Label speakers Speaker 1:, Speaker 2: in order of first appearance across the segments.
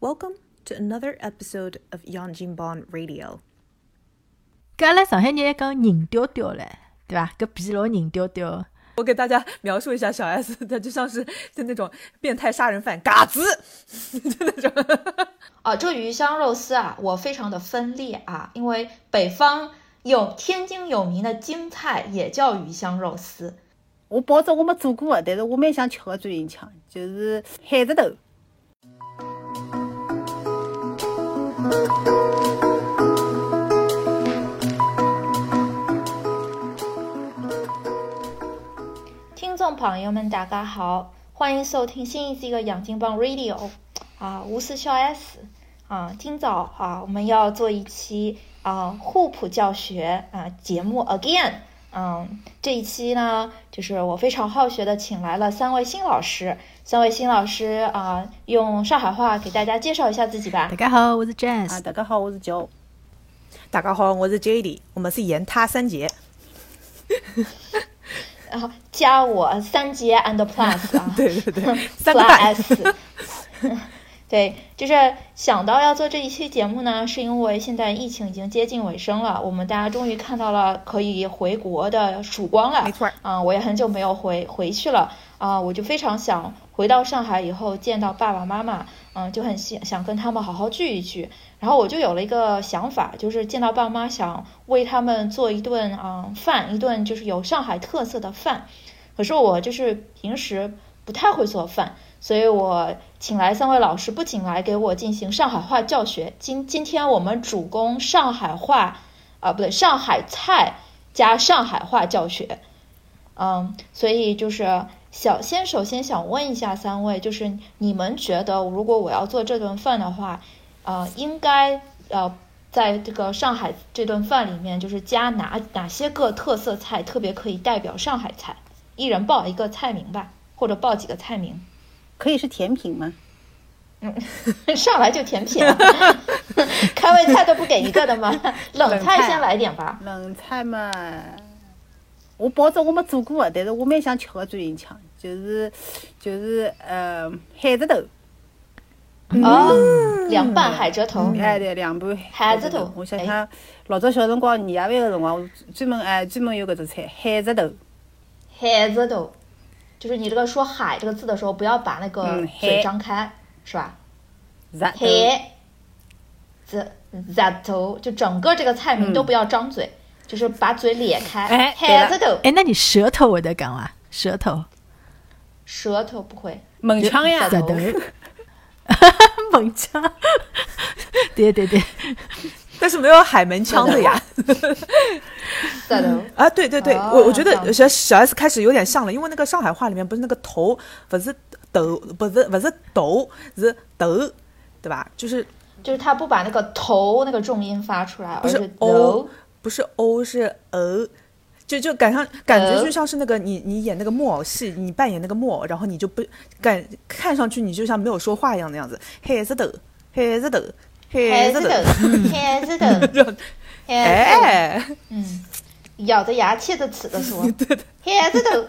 Speaker 1: Welcome to another episode of Yanjinbon Radio。
Speaker 2: 搿阿拉上海人还讲人调调嘞，对伐？搿皮老人调调，
Speaker 1: 我给大家描述一下小 S，她就像是就那种变态杀人犯嘎子，就那种。
Speaker 3: 啊，这鱼香肉丝啊，我非常的分裂啊，因为北方有天津有名的京菜也叫鱼香肉丝，
Speaker 4: 我保证我没做过的，但是我蛮想吃个最近吃，就是海蜇头。
Speaker 3: 听众朋友们，大家好，欢迎收听新一季的养金棒 Radio 啊，无私笑 S 啊，今早啊，我们要做一期啊互普教学啊节目 again，嗯，这一期呢，就是我非常好学的请来了三位新老师，三位新老师啊，用上海话给大家介绍一下自己吧
Speaker 2: 大。家好，我是
Speaker 4: 啊，
Speaker 2: Jazz。
Speaker 4: 大家好，我是乔。
Speaker 1: 大家好，我是 JD，我们是盐他三杰。，
Speaker 3: 然后加我三节 and plus 啊
Speaker 1: 对对对，三个半。
Speaker 3: plus。对，就是想到要做这一期节目呢，是因为现在疫情已经接近尾声了，我们大家终于看到了可以回国的曙光了。
Speaker 1: 没错儿
Speaker 3: 啊、我也很久没有回回去了啊、我就非常想回到上海以后见到爸爸妈妈，嗯、就很想想跟他们好好聚一聚。然后我就有了一个想法，就是见到爸妈，想为他们做一顿啊、饭，一顿就是有上海特色的饭。可是我就是平时不太会做饭，所以我请来三位老师，不仅来给我进行上海话教学，今今天我们主攻上海话，啊，不对，上海菜加上海话教学。嗯，所以就是想先首先想问一下三位，就是你们觉得如果我要做这顿饭的话，呃，应该呃在这个上海这顿饭里面，就是加哪哪些个特色菜，特别可以代表上海菜？一人报一个菜名吧，或者报几个菜名，
Speaker 4: 可以是甜品吗？
Speaker 3: 上来就甜品、啊， 开胃菜都不给一个的 吗？冷
Speaker 4: 冷菜啊
Speaker 3: 菜先来点吧。
Speaker 4: 冷菜嘛，我保证我没做过的，但是我蛮想吃个最近吃，就是就是呃海蜇头，
Speaker 3: 哦，凉拌海蜇头，
Speaker 4: 嗯哎对，两盘
Speaker 3: 嗯海
Speaker 4: 蜇
Speaker 3: 蜇头
Speaker 4: 我想
Speaker 3: 哎
Speaker 4: 想，老早小辰光年夜饭个辰光，我专门哎专门有搿只菜海蜇头，
Speaker 3: 海蜇头，就是你这个说“海”这个字的时候，不要把那个
Speaker 4: 嗯啊
Speaker 3: 嘴
Speaker 4: 海
Speaker 3: 张开，是吧？
Speaker 4: 然后
Speaker 3: 海蜇蜇头，嗯就整个这个菜名都不要张嘴，就是把嘴咧开。
Speaker 4: 哎
Speaker 3: 海蜇头，
Speaker 2: 哎，那你舌头会得讲伐？舌头，
Speaker 3: 舌头不会，
Speaker 4: 门腔呀，
Speaker 2: 舌头，猛枪，对对对，
Speaker 1: 但是没有海门腔的呀。
Speaker 3: 舌头。
Speaker 1: 啊，对对对，
Speaker 3: 哦
Speaker 1: 我我觉
Speaker 3: 这样
Speaker 1: 得
Speaker 3: 子
Speaker 1: 小小 S 开始有点像了，因为那个上海话里面不是那个头，不是头，不是不是头，是头，对吧？就是
Speaker 3: 就是他不把那个头那个重音发出来，
Speaker 1: 不
Speaker 3: 而
Speaker 1: 是
Speaker 3: 是
Speaker 1: 哦
Speaker 3: 头
Speaker 1: 不是 o 是呃，就就感上感觉
Speaker 3: 呃
Speaker 1: 就像是那个你你演那个木偶戏，你扮演那个木偶，然后你就不感看上去你就像没有说话一样的样子，黑是头，黑是头，黑
Speaker 3: 孩
Speaker 1: 是
Speaker 3: 子
Speaker 1: 头
Speaker 3: 的，，孩子的，
Speaker 1: 这样
Speaker 3: 孩子的，
Speaker 1: 哎，
Speaker 3: 嗯，咬着牙切着齿的说，孩子的
Speaker 1: 对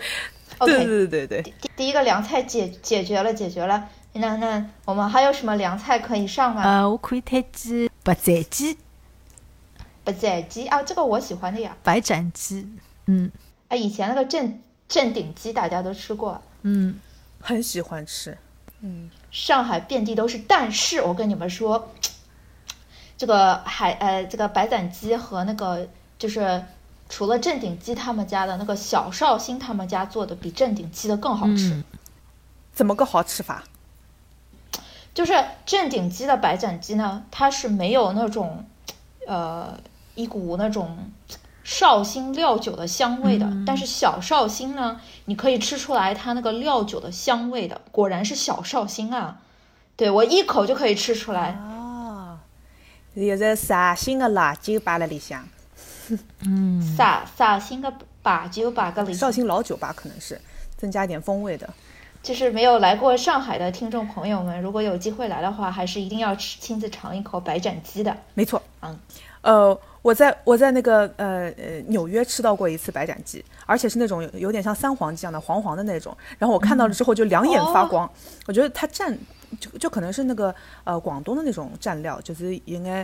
Speaker 3: ，OK，
Speaker 1: 对对对对，
Speaker 3: 第第一个凉菜解解决了，解决了。那那我们还有什么凉菜可以上啊吗？
Speaker 2: 呃，我可以推荐白斩鸡，
Speaker 3: 白斩鸡啊，这个我喜欢的呀。
Speaker 2: 白斩鸡，嗯
Speaker 3: 啊，以前那个正正鼎鸡大家都吃过，
Speaker 2: 嗯，
Speaker 1: 很喜欢吃，
Speaker 3: 上海遍地都是。但是我跟你们说，这个海呃，这个白斩鸡和那个就是除了正鼎鸡他们家的那个小绍兴他们家做的比正鼎鸡的更好吃。
Speaker 2: 嗯
Speaker 1: 怎么个好吃法？
Speaker 3: 就是正鼎鸡的白斩鸡呢，它是没有那种呃一股那种绍兴料酒的香味的，但是小绍兴呢，你可以吃出来它那个料酒的香味的，果然是小绍兴啊。对我一口就可以吃出来，
Speaker 1: 哦，有只绍兴的辣酒摆辣里向，
Speaker 3: 撒撒兴的把酒把个里，
Speaker 1: 绍兴老酒吧可能是增加一点风味的。
Speaker 3: 就是没有来过上海的听众朋友们，如果有机会来的话，还是一定要吃亲自尝一口白斩鸡的。
Speaker 1: 没错，
Speaker 3: 嗯，
Speaker 1: 呃，我在我在那个呃呃纽约吃到过一次白斩鸡，而且是那种有有点像三黄鸡一样的黄黄的那种，然后我看到了之后就两眼发光，我觉得它蘸就就可能是那个呃广东的那种蘸料，就是应该。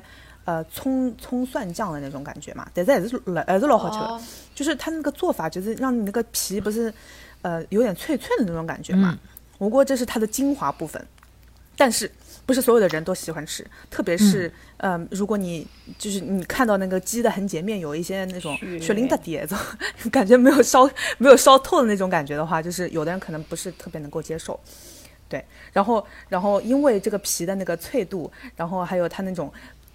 Speaker 1: 呃，葱葱蒜酱的那种感觉嘛，呃但是还是老还是老好吃的，
Speaker 3: 哦
Speaker 1: 就是它那个做法，就是让你那个皮不是，呃，有点脆脆的那种感觉嘛。不过这是它的精华部分，但是不是所有的人都喜欢吃，特别是嗯、呃如果你就是你看到那个鸡的横截面有一些那种
Speaker 4: 血
Speaker 1: 血淋的底，就 感觉没有烧没有烧透的那种感觉的话，就是有的人可能不是特别能够接受。对，然后然后因为这个皮的那个脆度，然后还有它那种。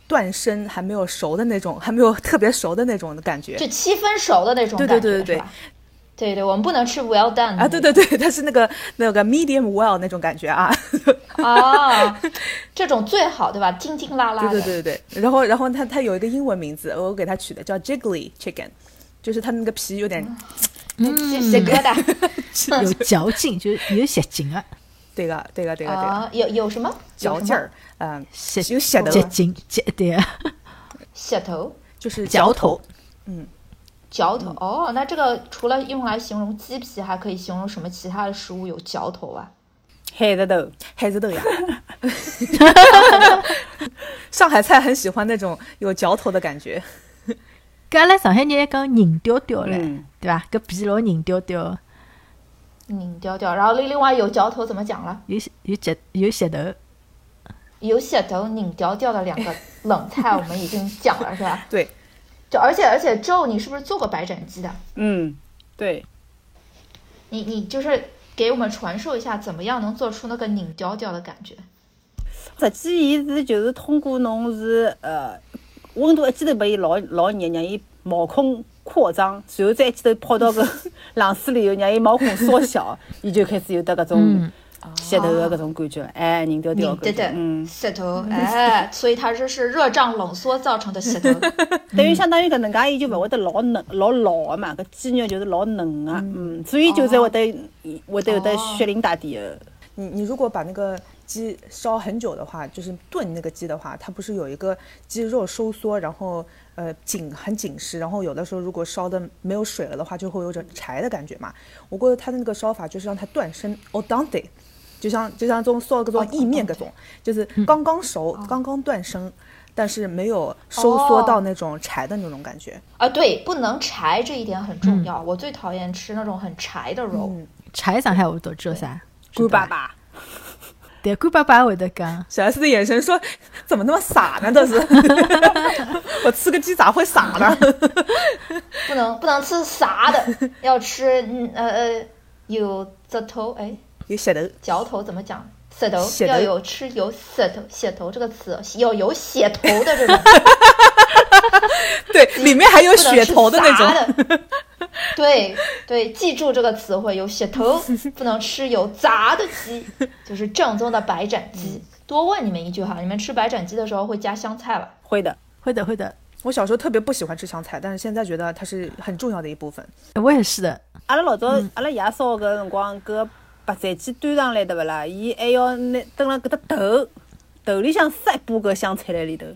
Speaker 1: 断生还没有熟的那种，还没有特别熟的那种的感觉，
Speaker 3: 就七分熟的那种
Speaker 1: 对
Speaker 3: 感
Speaker 1: 对对
Speaker 3: 觉，
Speaker 1: 对
Speaker 3: 是吧对对，我们不能吃 well done
Speaker 1: 啊，对对对， 它是那个那个 medium well 那种感觉 啊，
Speaker 3: 啊，这种最好对吧？叮叮啦啦
Speaker 1: 对
Speaker 3: 的，
Speaker 1: 对对对对。然后然后它它有一个英文名字，我给它取的叫 jiggly chicken，就是它那个皮有
Speaker 3: 嗯
Speaker 1: 点嗯
Speaker 3: 对，血疙瘩
Speaker 2: 嗯有嚼劲，就是有血劲啊，
Speaker 1: 这个这个这个这个
Speaker 3: 啊，有有什么
Speaker 1: 嚼劲儿，，嗯，
Speaker 2: 血
Speaker 1: 有血的
Speaker 2: 血劲，血对啊，
Speaker 3: 血头。
Speaker 1: 就是头
Speaker 2: 嚼头，
Speaker 3: 嚼
Speaker 1: 嗯
Speaker 3: 头哦，那这个除了用来形容鸡皮，还可以形容什么其他的食物有嚼头啊？
Speaker 4: 海得头，
Speaker 1: 海子豆 呀。 上海菜很喜欢那种有嚼头的感觉，
Speaker 2: 搿阿拉上海人还讲人调调嘞，
Speaker 4: 嗯，
Speaker 2: 对伐？搿皮老人调调，
Speaker 3: 拧掉掉，然后另另外有嚼头怎么讲了？
Speaker 2: 有血有血有血头，
Speaker 3: 有血头拧掉掉的两个冷菜，我们已经讲了是吧？
Speaker 1: 对，
Speaker 3: 就而且而且周，你是不是做过白斩鸡的？
Speaker 4: 嗯，对，
Speaker 3: 你你就是给我们传授一下，怎么样能做出那个拧掉掉的感觉？
Speaker 4: 实际伊是就是通过侬是呃温度一记头拨伊老老热，让伊毛孔扩张，然后再一记头泡到个冷水里头，让伊毛孔缩小， 伊就开始有得搿种
Speaker 2: 嗯，
Speaker 4: 吸头的搿种感觉了，哎，人调调
Speaker 3: 拧
Speaker 4: 的
Speaker 3: 对
Speaker 4: 感觉，
Speaker 3: 对，
Speaker 4: 嗯，
Speaker 3: 舌 头，哎，所以它这是热胀冷缩造成的舌头。
Speaker 4: 等于相当于搿能介，伊就勿会得老嫩老老个嘛，搿肌肉就是老嫩个，嗯，所以就才会得会得有得血淋大地个，
Speaker 1: 你你如果把那个鸡烧很久的话，就是炖那个鸡的话，它不是有一个鸡肉收缩，然后呃紧很紧实，然后有的时候如果烧的没有水了的话，就会有点柴的感觉嘛。我觉得它那个烧法就是让它断生 o d a n d e 就像就像这种烧各种意面各种，就是刚刚熟，刚刚断生，但是没有收缩
Speaker 3: 哦
Speaker 1: 到那种柴的那种感觉。
Speaker 3: 啊，对，不能柴这一点很重要。我最讨厌吃那种很柴的肉。
Speaker 2: 柴上海我都知道啥，
Speaker 4: 干巴巴，
Speaker 2: 对，干巴巴会得讲，
Speaker 1: 小 S 的眼神说：“怎么那么傻呢？这是，我吃个鸡咋会傻呢？”
Speaker 3: 不能不能吃啥的，要吃嗯呃呃有舌头哎
Speaker 1: 有写的
Speaker 3: 嚼头怎么讲？舌头
Speaker 1: 血头
Speaker 3: 要有吃有舌头血头这个词要有血头的这种
Speaker 1: 对，里面还有
Speaker 3: 不能
Speaker 1: 血
Speaker 3: 吃
Speaker 1: 头的那种。
Speaker 3: 杂 的。对对，记住这个词汇，有血头，不能吃有杂的鸡，就是正宗的白斩鸡。
Speaker 1: 嗯
Speaker 3: 多问你们一句哈，你们吃白斩鸡的时候会加香菜吧？
Speaker 4: 会的。
Speaker 2: 会的会的，
Speaker 1: 我小时候特别不喜欢吃香菜，但是现在觉得它是很重要的一部分。
Speaker 2: 我也是的，
Speaker 4: 阿拉老早
Speaker 2: 嗯
Speaker 4: 阿拉爷烧搿辰光，搿白斩鸡端上来对勿啦？伊还要拿蹲辣搿搭头头里向塞一把搿香菜辣里头。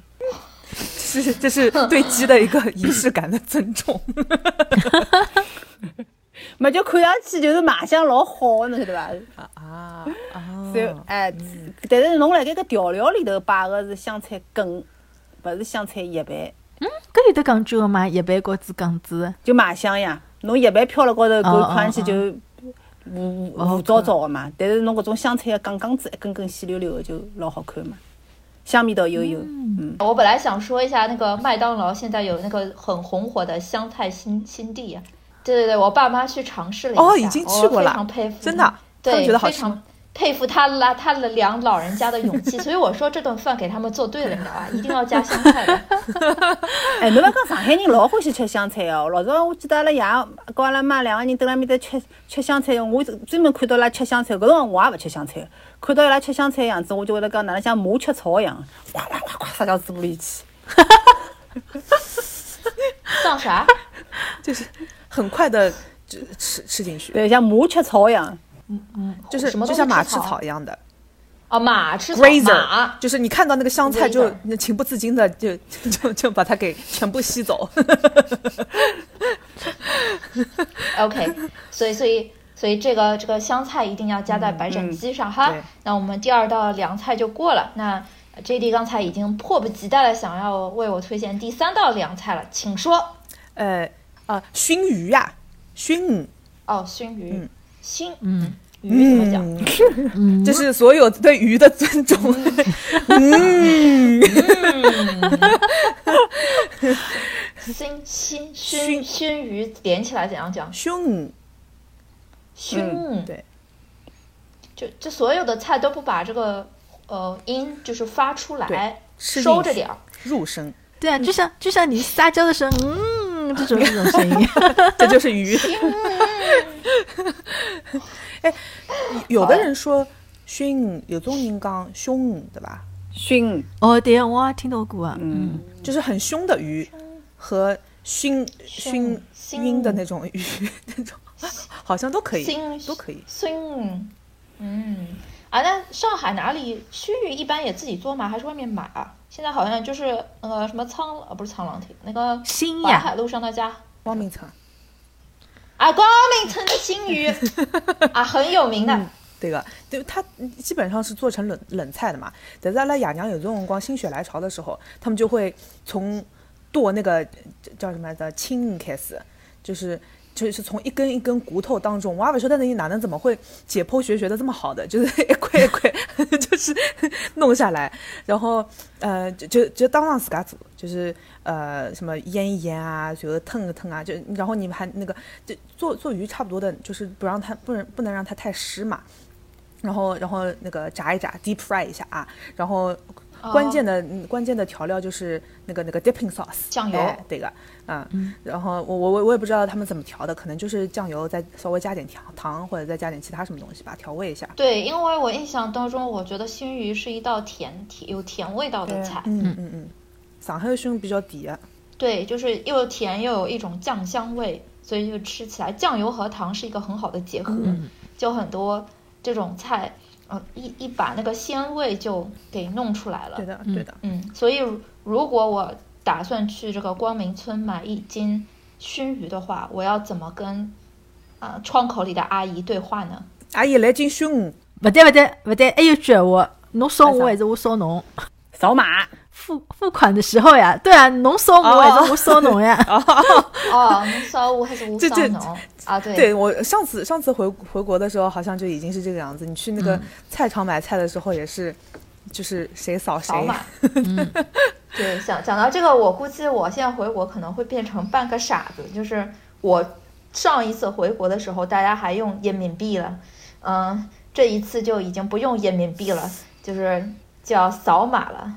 Speaker 1: 这 是这是对鸡的一个仪式感的尊重。
Speaker 4: 没就看上去就是卖相老好，侬晓得伐？
Speaker 1: 啊
Speaker 2: 哦
Speaker 4: 所以
Speaker 1: 啊！
Speaker 4: 哎，但是侬辣盖搿调料里头摆个是香菜梗，勿是香菜叶瓣，
Speaker 2: 搿里头讲究个嘛，一般告子讲子，
Speaker 4: 就卖相呀。侬叶瓣飘辣高头，
Speaker 2: 哦
Speaker 4: 搿看上去就糊
Speaker 2: 勿好
Speaker 4: 糊糟糟个嘛。但是侬搿种香菜个杠杠子一根根细溜溜个就老好看嘛，香味道又有。嗯，
Speaker 3: 我本来想说一下那个麦当劳现在有那个很红火的香菜新新地呀、对对对，我爸妈去尝试了一下，
Speaker 1: 哦已经去过了
Speaker 3: 我非常佩服，
Speaker 1: 真的啊
Speaker 3: 对，
Speaker 1: 他们觉得好吃
Speaker 3: 非常佩服他啦，他的两老人家的勇气，所以我说这顿饭给他们做对了，你知道吧？一定要加香菜 的。
Speaker 4: 哎，侬勿讲上海人老欢喜吃香菜哦。老早我记得阿拉爷跟阿拉妈两个人蹲辣面搭吃吃香菜，我专门看到伊拉吃香菜。搿辰光我也勿吃香菜，看到伊拉吃香菜个样子，我就会得讲哪能像马吃草一样，哗哗哗哗撒到嘴巴里去。
Speaker 3: 像啥？
Speaker 1: 就是很快的就吃吃进去。
Speaker 4: 对，像马吃草一样。
Speaker 1: 就是
Speaker 3: 什么
Speaker 1: 就
Speaker 3: 东西
Speaker 1: 像马
Speaker 3: 吃
Speaker 1: 吃
Speaker 3: 草
Speaker 1: 草一样的
Speaker 3: 啊，马吃草
Speaker 1: grazer，
Speaker 3: 马
Speaker 1: 就是你看到那个香菜就
Speaker 3: Grazer
Speaker 1: 你情不自禁的就 就就把它给全部吸走。
Speaker 3: ，OK，所以所以所以这个这个香菜一定要加在白斩鸡上哈。
Speaker 1: 嗯对
Speaker 3: 那我们第二道凉菜就过了，那 J D 刚才已经迫不及待的想要为我推荐第三道凉菜了，请说。
Speaker 1: 呃啊、熏鱼呀、熏鱼，
Speaker 3: 哦，熏鱼，
Speaker 1: 嗯
Speaker 3: 熏，嗯，鱼怎么讲？
Speaker 1: 嗯，这是所有对鱼的尊重。
Speaker 3: 熏熏熏熏鱼连起来怎样 讲？
Speaker 1: 熏鱼，
Speaker 3: 熏，
Speaker 1: 嗯对，
Speaker 3: 就就所有的菜都不把这个呃音就是发出来
Speaker 1: 对，吃进
Speaker 3: 收着
Speaker 1: 去
Speaker 3: 点儿。
Speaker 1: 入声，
Speaker 2: 对啊，就像就像你撒娇的时候，嗯，这种这种声音，
Speaker 1: 这就是 鱼。哎，有的人说熏鱼，有种人讲凶鱼，对吧？
Speaker 4: 熏，
Speaker 2: 哦，对，我也听到过啊，嗯，
Speaker 1: 就是很凶的鱼和熏
Speaker 3: 熏
Speaker 1: 熏
Speaker 3: 熏
Speaker 1: 晕的那种鱼，那种 好像都可以
Speaker 3: 熏，
Speaker 1: 都可以。
Speaker 3: 熏，嗯啊，那上海哪里区域一般也自己做吗？还是外面买啊？现在好像就是呃什么苍呃不是苍狼亭，那个
Speaker 2: 新
Speaker 3: 淮
Speaker 2: 呀，
Speaker 3: 海路上那家
Speaker 1: 汪明城，
Speaker 3: 啊，光明城的新鱼啊，很有名的。
Speaker 1: 对个，对它基本上是做成冷冷菜的嘛。但是阿拉爷娘有种辰光心血来潮的时候，他们就会从剁那个呃叫什么来着青鱼开始，就是。就是从一根一根骨头当中，我也不晓得那哪能怎么会解剖学学的这么好的，就是 一块一块，就是弄下来，然后呃，就就就当场自家做，就是呃什么腌一腌啊，然后腾一腾啊，就然后你们还那个就做做鱼差不多的，就是不让它不能不能让它太湿嘛，然后然后那个炸一炸，deep fry 一下啊，然后
Speaker 3: 哦
Speaker 1: 关键的、嗯关键的调料就是那个那个 dipping sauce
Speaker 3: 酱油
Speaker 1: 哎对个，嗯，然后我我我我也不知道他们怎么调的，可能就是酱油再稍微加点糖糖或者再加点其他什么东西吧，调味一下，
Speaker 3: 对，因为我印象当中，我觉得熏鱼是一道甜甜有甜味道的
Speaker 4: 对
Speaker 3: 菜，
Speaker 1: 嗯嗯嗯，上海的熏比较甜啊，
Speaker 3: 对，就是又甜又有一种酱香味，所以就吃起来酱油和糖是一个很好的结合。
Speaker 1: 嗯
Speaker 3: 就很多这种菜，呃，一一把那个鲜味就给弄出来了
Speaker 1: 对。的对的，
Speaker 3: 嗯，所以如果我打算去这个光明村买一斤熏鱼的话，我要怎么跟啊、窗口里的阿姨对 话呢？
Speaker 1: 阿姨来斤熏鱼，
Speaker 2: 不对不对不对，还有一句闲话，侬烧我还是我烧侬？
Speaker 4: 扫码，
Speaker 2: 付付款的时候呀，对啊，侬烧我还是我烧侬呀？
Speaker 3: 哦，你烧我还是无
Speaker 1: 这
Speaker 3: 烧
Speaker 1: 这
Speaker 3: 侬啊？对，
Speaker 1: 对我上次上次回回国的时候，好像就已经是这个样子。你去那
Speaker 3: 嗯
Speaker 1: 个菜场买菜的时候也是，就是谁扫谁
Speaker 3: 扫码。
Speaker 2: 嗯
Speaker 3: 对，想讲到这个，我估计我现在回国可能会变成半个傻子，就是我上一次回国的时候，大家还用人民币了，嗯，这一次就已经不用人民币了，就是叫扫码了。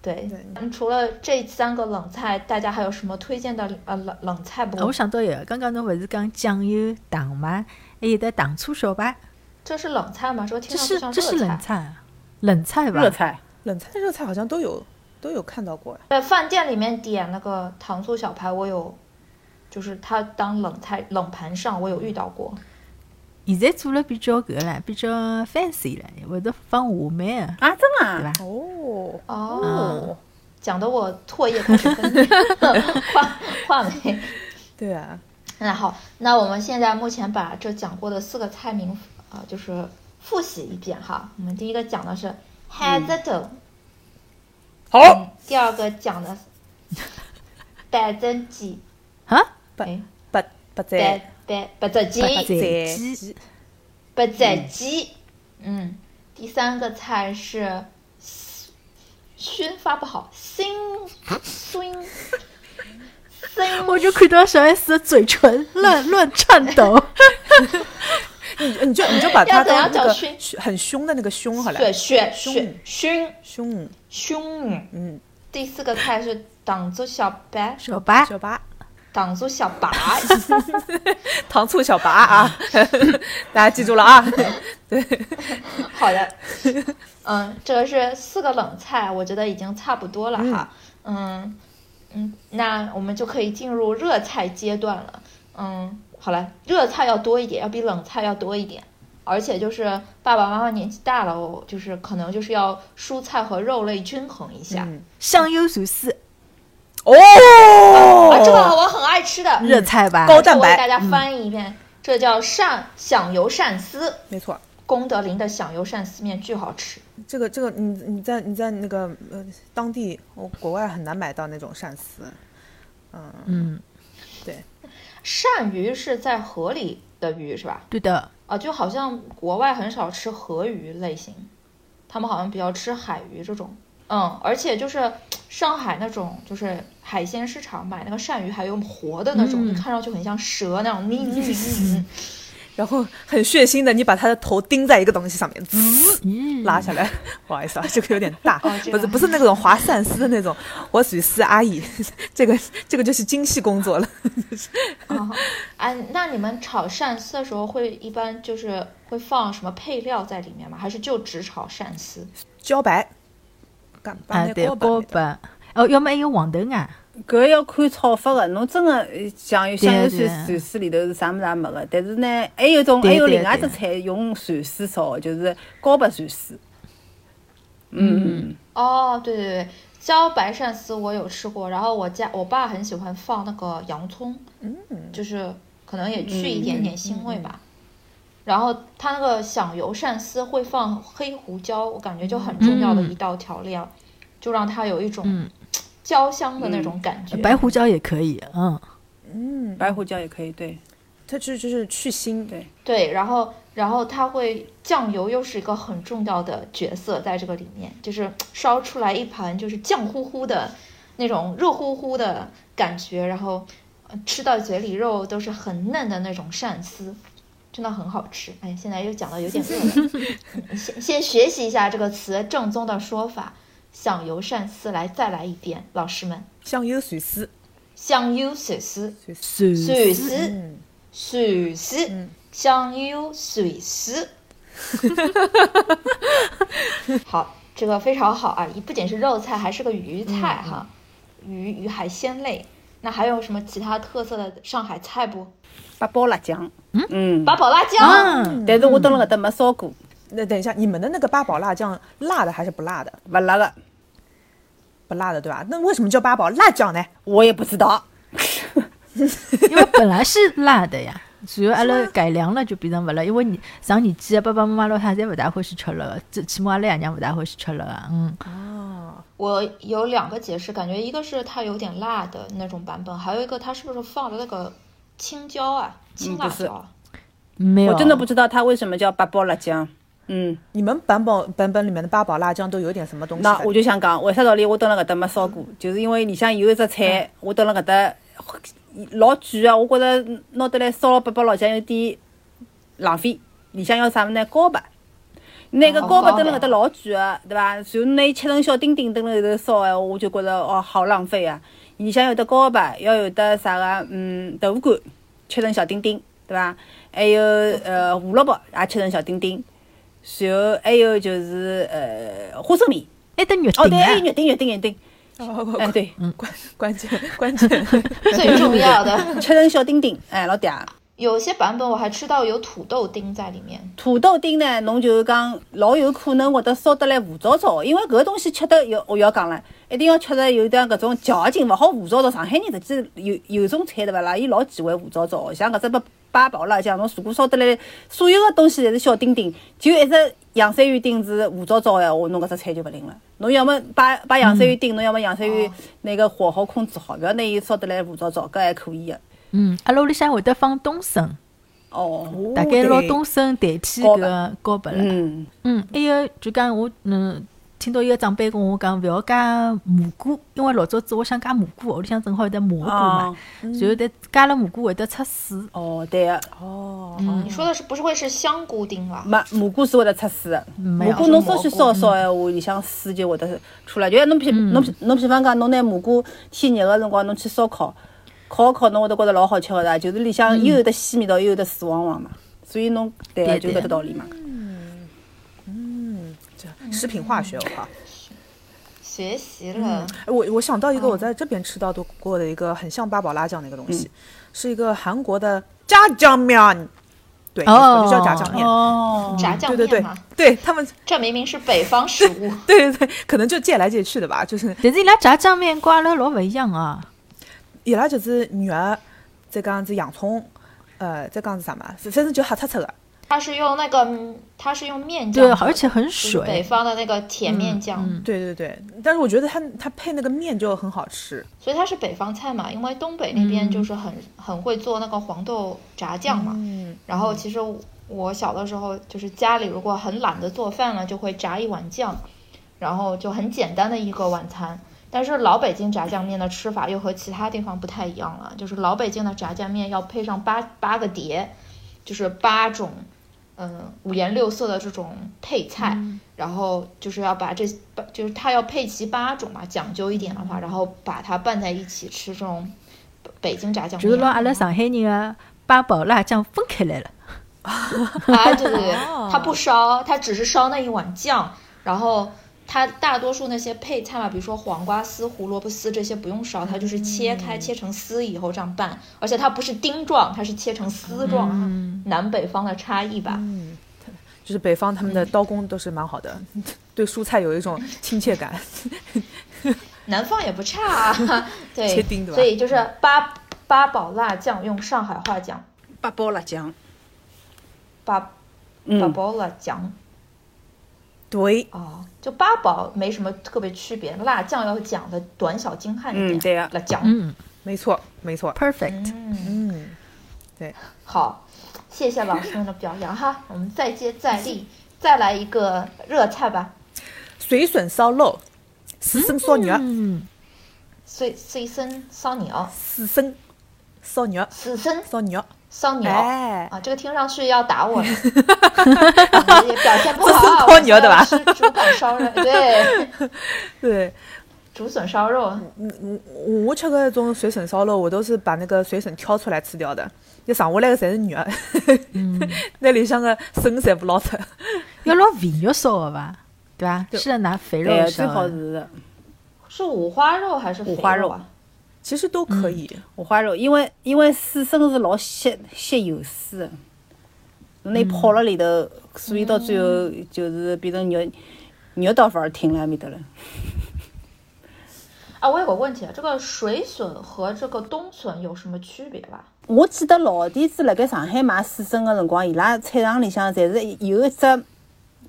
Speaker 3: 对，嗯除了这三个冷菜，大家还有什么推荐的呃冷冷菜不？
Speaker 2: 我想到有，刚刚侬勿是讲酱油糖吗？还有得糖醋小排，
Speaker 3: 这是冷菜吗？说
Speaker 2: 这
Speaker 3: 听上去
Speaker 2: 是
Speaker 3: 像
Speaker 2: 这是
Speaker 3: 热
Speaker 2: 冷菜啊，冷菜吧
Speaker 4: 热？菜，
Speaker 1: 冷菜、热菜好像都有都有看到过哎。
Speaker 3: 在饭店里面点那个糖醋小排，我有，就是它当冷菜冷盘上，我有遇到过。
Speaker 2: 现在做了比较搿了，比较 fancy 了，会得放话梅啊，
Speaker 4: 啊，真的
Speaker 2: 对
Speaker 4: 啊
Speaker 2: 吧，？
Speaker 1: 哦
Speaker 3: 哦，讲的我唾液开始分 泌，话话梅。
Speaker 1: 对啊，
Speaker 3: 那好，那我们现在目前把这讲过的四个菜名啊、呃就是复习一遍哈。我们第一个讲的是 head 豆、
Speaker 4: 好，
Speaker 3: 嗯，第二个讲的白斩鸡，
Speaker 2: 啊，
Speaker 3: 哎，
Speaker 1: 不不
Speaker 3: 白
Speaker 1: 在
Speaker 3: 白白斩鸡，
Speaker 1: 不在
Speaker 2: 鸡
Speaker 1: 鸡
Speaker 3: 白斩鸡。嗯，第三个菜是熏发不好，熏熏熏。
Speaker 2: 我就看到小 S 的嘴唇乱乱颤抖。
Speaker 1: 你你就你就把它
Speaker 3: 要怎样
Speaker 1: 当那
Speaker 3: 找
Speaker 1: 个
Speaker 3: 熏
Speaker 1: 熏很凶的那个凶好了，
Speaker 3: 对，血血
Speaker 1: 凶
Speaker 3: 熏
Speaker 1: 凶鱼
Speaker 3: 熏。
Speaker 1: 嗯，
Speaker 3: 第四个菜是糖醋小白，
Speaker 2: 小白，
Speaker 1: 小白
Speaker 3: 糖醋小白。
Speaker 1: 糖醋小白啊， 大家记住了啊。
Speaker 3: 嗯好 的，嗯，这个是四个冷菜，我觉得已经差不多了哈。嗯嗯，那我们就可以进入热菜阶段了。嗯，好了，热菜要多一点，要比冷菜要多一点。而且就是爸爸妈妈年纪大了，我就是可能就是要蔬菜和肉类均衡一下。
Speaker 1: 嗯
Speaker 2: 香油寿司
Speaker 1: 哦
Speaker 3: 啊，这个我很爱吃的，
Speaker 2: 热菜吧，
Speaker 1: 高蛋
Speaker 3: 我
Speaker 1: 白嗯
Speaker 3: 给大家翻译一遍，这叫鳝响油鳝丝，
Speaker 1: 没错，
Speaker 3: 功德林的响油鳝丝面巨好吃。
Speaker 1: 这个这个你你在你在那个呃当地，我国外很难买到那种鳝丝，
Speaker 2: 嗯，
Speaker 3: 鳝鱼是在河里的鱼是吧？
Speaker 2: 对的，
Speaker 3: 啊，就好像国外很少吃河鱼类型，他们好像比较吃海鱼这种。嗯，而且就是上海那种，就是海鲜市场买那个鳝鱼，还有活的那种，
Speaker 2: 嗯
Speaker 3: 就看上去很像蛇那种，你你你你你
Speaker 1: 然后很血腥的，你把它的头钉在一个东西上面，滋
Speaker 2: 嗯，
Speaker 1: 拉下来。 不好意思啊，这个有点大，
Speaker 3: 哦这
Speaker 1: 不
Speaker 3: 个
Speaker 1: 是不是那种划鳝丝的那种，我属于丝阿姨， 这个这个就是精细工作了。
Speaker 3: 啊，哎，那你们炒鳝丝的时候会一般就是会放什么配料在里面吗？还是就只炒鳝丝？
Speaker 1: 茭白，干把
Speaker 2: 啊
Speaker 1: 那
Speaker 2: 对，
Speaker 1: 锅
Speaker 2: 包
Speaker 1: 拌
Speaker 2: 白，哦，要么还有啊黄豆芽，
Speaker 4: 搿要看炒法个，侬真个呃像有
Speaker 2: 对啊
Speaker 4: 香油
Speaker 2: 对
Speaker 4: 蒜蒜丝里头是啥物事也没个，但是呢，还有一种还
Speaker 2: 对
Speaker 4: 有
Speaker 2: 对
Speaker 4: 另外一
Speaker 2: 对
Speaker 4: 只菜用蒜丝炒的，就是高白蒜丝。嗯，
Speaker 3: 哦，对对对，茭白鳝丝我有吃过，然后我家我爸很喜欢放那个洋葱，就是可能也去一
Speaker 2: 嗯
Speaker 3: 点点腥味吧。然后他那个响油鳝丝会放黑胡椒，我感觉就很重要的一道调料，就让它有一种
Speaker 2: 嗯，
Speaker 3: 焦香的那种感觉。
Speaker 2: 白胡椒也可以，嗯，
Speaker 4: 白胡椒也可以，对
Speaker 1: 它就就是去腥，
Speaker 4: 对。
Speaker 3: 对，然后然后它会酱油又是一个很重要的角色在这个里面，就是烧出来一盘就是酱乎乎的那种热乎乎的感觉，然后呃吃到嘴里肉都是很嫩的那种鳝丝，真的很好吃。哎，现在又讲的有点饿了 嗯，先先学习一下这个词正宗的说法，响油鳝丝来再来一遍，老师们，
Speaker 1: 香油水丝，
Speaker 3: 香油鳝丝，
Speaker 2: 蒜丝
Speaker 3: 鳝丝。
Speaker 1: 嗯，
Speaker 3: 水丝，香油水丝。好，这个非常好啊！不仅是肉菜，还是个鱼菜哈，鱼鱼海鲜类。那还有什么其他特色的上海菜不？
Speaker 4: 八宝辣酱。嗯，
Speaker 3: 八宝辣酱，
Speaker 2: 嗯，
Speaker 4: 但是我蹲辣搿搭没烧过，
Speaker 1: 那等一下，你们的那个八宝辣酱辣的还是不辣的？
Speaker 4: 勿辣个，
Speaker 1: 不辣的对吧？那为什么叫八宝辣酱呢？
Speaker 4: 我也不知道。
Speaker 2: 因为本来是辣的呀，然后阿拉改良了就变成勿辣，因为你上年纪的爸爸妈妈老太太侪勿大欢喜吃辣的，最起码阿拉爷娘勿大欢喜吃辣的，嗯，
Speaker 3: 我有两个解释，感觉一个是它有点辣的那种版本，还有一个它是不是放了那个青椒啊，青辣
Speaker 4: 不是
Speaker 3: 椒啊？
Speaker 2: 没有，
Speaker 4: 我真的不知道它为什么叫八宝辣酱。嗯，
Speaker 1: 你们版本版本里面的八宝辣酱都有点什么东西的？嗯
Speaker 4: 那我就想讲，为啥道理我蹲辣搿搭没烧过？就是因为里向有一只菜，我蹲辣搿搭老贵啊，我觉着拿得来烧八宝辣酱有点浪费。里向要啥物事呢？高白。那个
Speaker 3: 哦
Speaker 4: 高白
Speaker 3: 高
Speaker 4: 蹲辣搿
Speaker 3: 白
Speaker 4: 搭老贵个，对伐？然后拿伊切成小丁丁蹲辣后头烧哎，我就觉着哦，好浪费啊！里向有得高白，要有得啥个嗯豆腐干，切成小丁丁，对伐？还有呃胡萝卜也切成小丁丁，然后还有就是呃花生米。
Speaker 2: 还得肉
Speaker 4: 哦，对，
Speaker 2: 丁啊，
Speaker 4: 还有肉丁，肉丁，肉丁，
Speaker 1: 哦
Speaker 4: 哎，对，
Speaker 1: 关关键关键
Speaker 3: 最重要 的，
Speaker 4: 切成小丁丁，哎，老嗲。
Speaker 3: 有些版本我还吃到有土豆丁在里面。
Speaker 4: 土豆丁呢，侬就是讲老有可能会得烧得来糊糟糟，因为搿个东西吃得有，我要讲了，一定要吃得有点搿种嚼劲，勿好糊糟糟。上海人实际有有种菜对勿啦，伊老忌讳糊糟糟，像搿只八八宝辣酱，侬如果烧得来，所有个东西侪是小丁丁，就一只洋山芋丁是糊糟糟个闲话，侬搿只菜就勿灵了。侬要么把把洋山芋丁，侬要么洋山芋那个火候控制好，勿要拿伊烧得来糊糟糟，搿还可以啊个。
Speaker 2: 嗯，阿拉屋里向会得放冬笋，
Speaker 4: 哦，
Speaker 2: 大概拿冬笋代替搿个高白辣。
Speaker 4: 嗯，
Speaker 2: 嗯，还有就讲我嗯，听到一个长辈跟我讲，勿要加蘑菇，因为老早子我想加蘑菇，屋里向正好有得蘑菇嘛
Speaker 4: 哦，
Speaker 2: 然后但加了蘑菇会得出水。
Speaker 4: 哦，对个、
Speaker 1: 哦，
Speaker 3: 你说的是不是会是香菇丁啊吧？
Speaker 4: 没蘑菇是会得出水的，
Speaker 2: 没
Speaker 4: 蘑
Speaker 2: 有
Speaker 4: 菇
Speaker 2: 是
Speaker 4: 侬
Speaker 2: 蘑
Speaker 4: 稍许
Speaker 2: 菇
Speaker 4: 烧一烧闲话，里向水就会得出来。就像侬比
Speaker 2: 嗯
Speaker 4: 侬比侬比方讲，侬拿蘑菇天热个辰光，侬去烧烤，烤一烤侬会得觉着老好吃个啦，就是里向又有得鲜味道，又有得水汪汪嘛。所以侬对
Speaker 2: 嗯
Speaker 4: 个
Speaker 2: 对
Speaker 4: 就
Speaker 2: 对
Speaker 4: 搿只道理嘛。
Speaker 1: 这食品化学我靠。
Speaker 3: 学习了，
Speaker 1: 哎我我想到一个我在这边吃到的过的一个很像八宝辣酱的一个东西，是一个韩国的炸酱面，对，
Speaker 2: 哦
Speaker 1: 就叫炸酱面。
Speaker 4: 哦，
Speaker 3: 炸酱
Speaker 1: 嗯对对
Speaker 3: 面
Speaker 1: 对
Speaker 3: 嘛，，
Speaker 1: 对他们，
Speaker 3: 这明明是北方食 物。
Speaker 1: 对对对，可能就借来借去的吧，就是
Speaker 2: 但是伊拉炸酱面跟阿拉老勿一样啊，
Speaker 1: 伊拉就是肉，再讲子洋葱，呃，再讲子啥嘛，反正就黑擦擦的。
Speaker 3: 它是用那个，嗯它是用面酱
Speaker 2: 对，
Speaker 3: 做的，
Speaker 2: 而且很
Speaker 3: 就是北
Speaker 2: 水。
Speaker 3: 方的那个甜
Speaker 1: 嗯
Speaker 3: 面酱，
Speaker 1: 对对对，但是我觉得它它配那个面就很好吃。
Speaker 3: 所以它是北方菜嘛。因为东北那边就是很、很会做那个黄豆炸酱嘛。
Speaker 1: 嗯，
Speaker 3: 然后其实我小的时候就是家里如果很懒得做饭了，就会炸一碗酱，然后就很简单的一个晚餐。但是老北京炸酱面的吃法又和其他地方不太一样了，就是老北京的炸酱面要配上八八个碟，就是八种，嗯、五颜六色的这种配菜，然后就是要把这八，就是它要配齐八种嘛，讲究一点的话，然后把它拌在一起吃这种北北京炸酱面。
Speaker 2: 就是拿阿拉上海人的八宝辣酱分开来了，
Speaker 3: 啊，对对对，它不烧，它只是烧那一碗酱，然后它大多数那些配菜嘛，比如说黄瓜丝、胡萝卜丝这些不用烧，它就是切开、切成丝以后这样拌，而且它不是丁状，它是切成丝状，南北方的差异吧。
Speaker 1: 就是北方他们的刀工都是蛮好的， 对蔬菜有一种亲切感。
Speaker 3: 南方也不差啊，
Speaker 1: 切
Speaker 3: 对
Speaker 1: 丁对，吧
Speaker 3: 所以就是八八宝辣酱，用上海话讲
Speaker 4: 八宝辣酱，
Speaker 3: 八八
Speaker 4: 嗯，
Speaker 3: 宝辣酱
Speaker 1: 对，
Speaker 3: 哦，就八宝没什么特别区别，辣酱要讲的短小精悍一点，
Speaker 4: 嗯对啊
Speaker 3: 辣酱，
Speaker 2: 嗯
Speaker 1: 没错没错。
Speaker 2: ，perfect。
Speaker 3: 嗯
Speaker 1: 嗯，对，
Speaker 3: 好，谢谢老师们的表扬哈，我们再接再厉，再来一个热菜吧，
Speaker 1: 水笋烧肉，水笋烧肉，
Speaker 2: 嗯，
Speaker 3: 随随身烧鸟，
Speaker 1: 水笋烧肉，
Speaker 3: 死身
Speaker 1: 烧肉，
Speaker 3: 烧鸟。
Speaker 1: 哎，
Speaker 3: 啊，这个听上去要打 我了，我也表现不好啊！
Speaker 1: 这是
Speaker 3: 我
Speaker 1: 蜗牛的吧
Speaker 3: 现在吃竹板烧 肉，对，
Speaker 1: 对。
Speaker 3: 竹笋烧肉，
Speaker 1: 我我吃个种水笋烧肉，我都是把那个水笋挑出来吃掉的，就剩下来个侪是肉，嗯 那里向个笋侪不捞脱。
Speaker 2: 要拿肥肉烧的吧，对吧？
Speaker 1: 对
Speaker 2: 是拿肥肉
Speaker 4: 对，
Speaker 2: 烧
Speaker 4: 最好
Speaker 2: 的。
Speaker 4: 是的
Speaker 3: 是五花肉还是肥
Speaker 4: 五花
Speaker 3: 肉
Speaker 4: 肉
Speaker 3: 啊？
Speaker 1: 其实都可以，
Speaker 4: 五花肉，因为因为水参是老吸吸油水的，那泡了里头，所以到最后就是变成肉肉倒反而停了埃面搭了。
Speaker 3: 啊，我有个问题，这个水笋和这个冬笋有什么区别吧？
Speaker 4: 我记得老底子辣盖上海买水参个辰光，伊拉菜场里向侪是有一只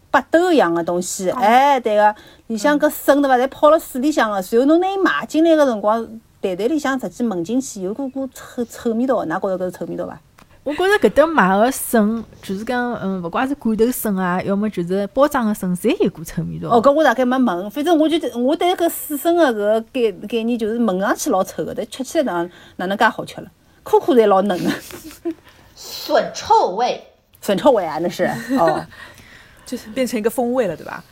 Speaker 4: 八斗一样个东西，哎，对个，里向搿笋对伐，侪泡辣水里向个，随后侬拿伊买进来个辰光，袋袋里向直接闻进去，有股股臭臭味道，㑚觉着搿是臭味道伐？
Speaker 2: 我觉着搿搭买个笋，就是讲，嗯，勿怪是罐头笋啊，要么就是包装个笋，侪有股臭味道。
Speaker 4: 哦，搿我大概没闻，反正我就我对搿水参个搿个概概念就是闻上去老臭个，但吃起来哪哪能介好吃了，颗颗侪老 嫩个，
Speaker 3: 笋臭味，
Speaker 4: 笋臭味啊，那是哦，
Speaker 1: 就是变成一个风味了，对吧？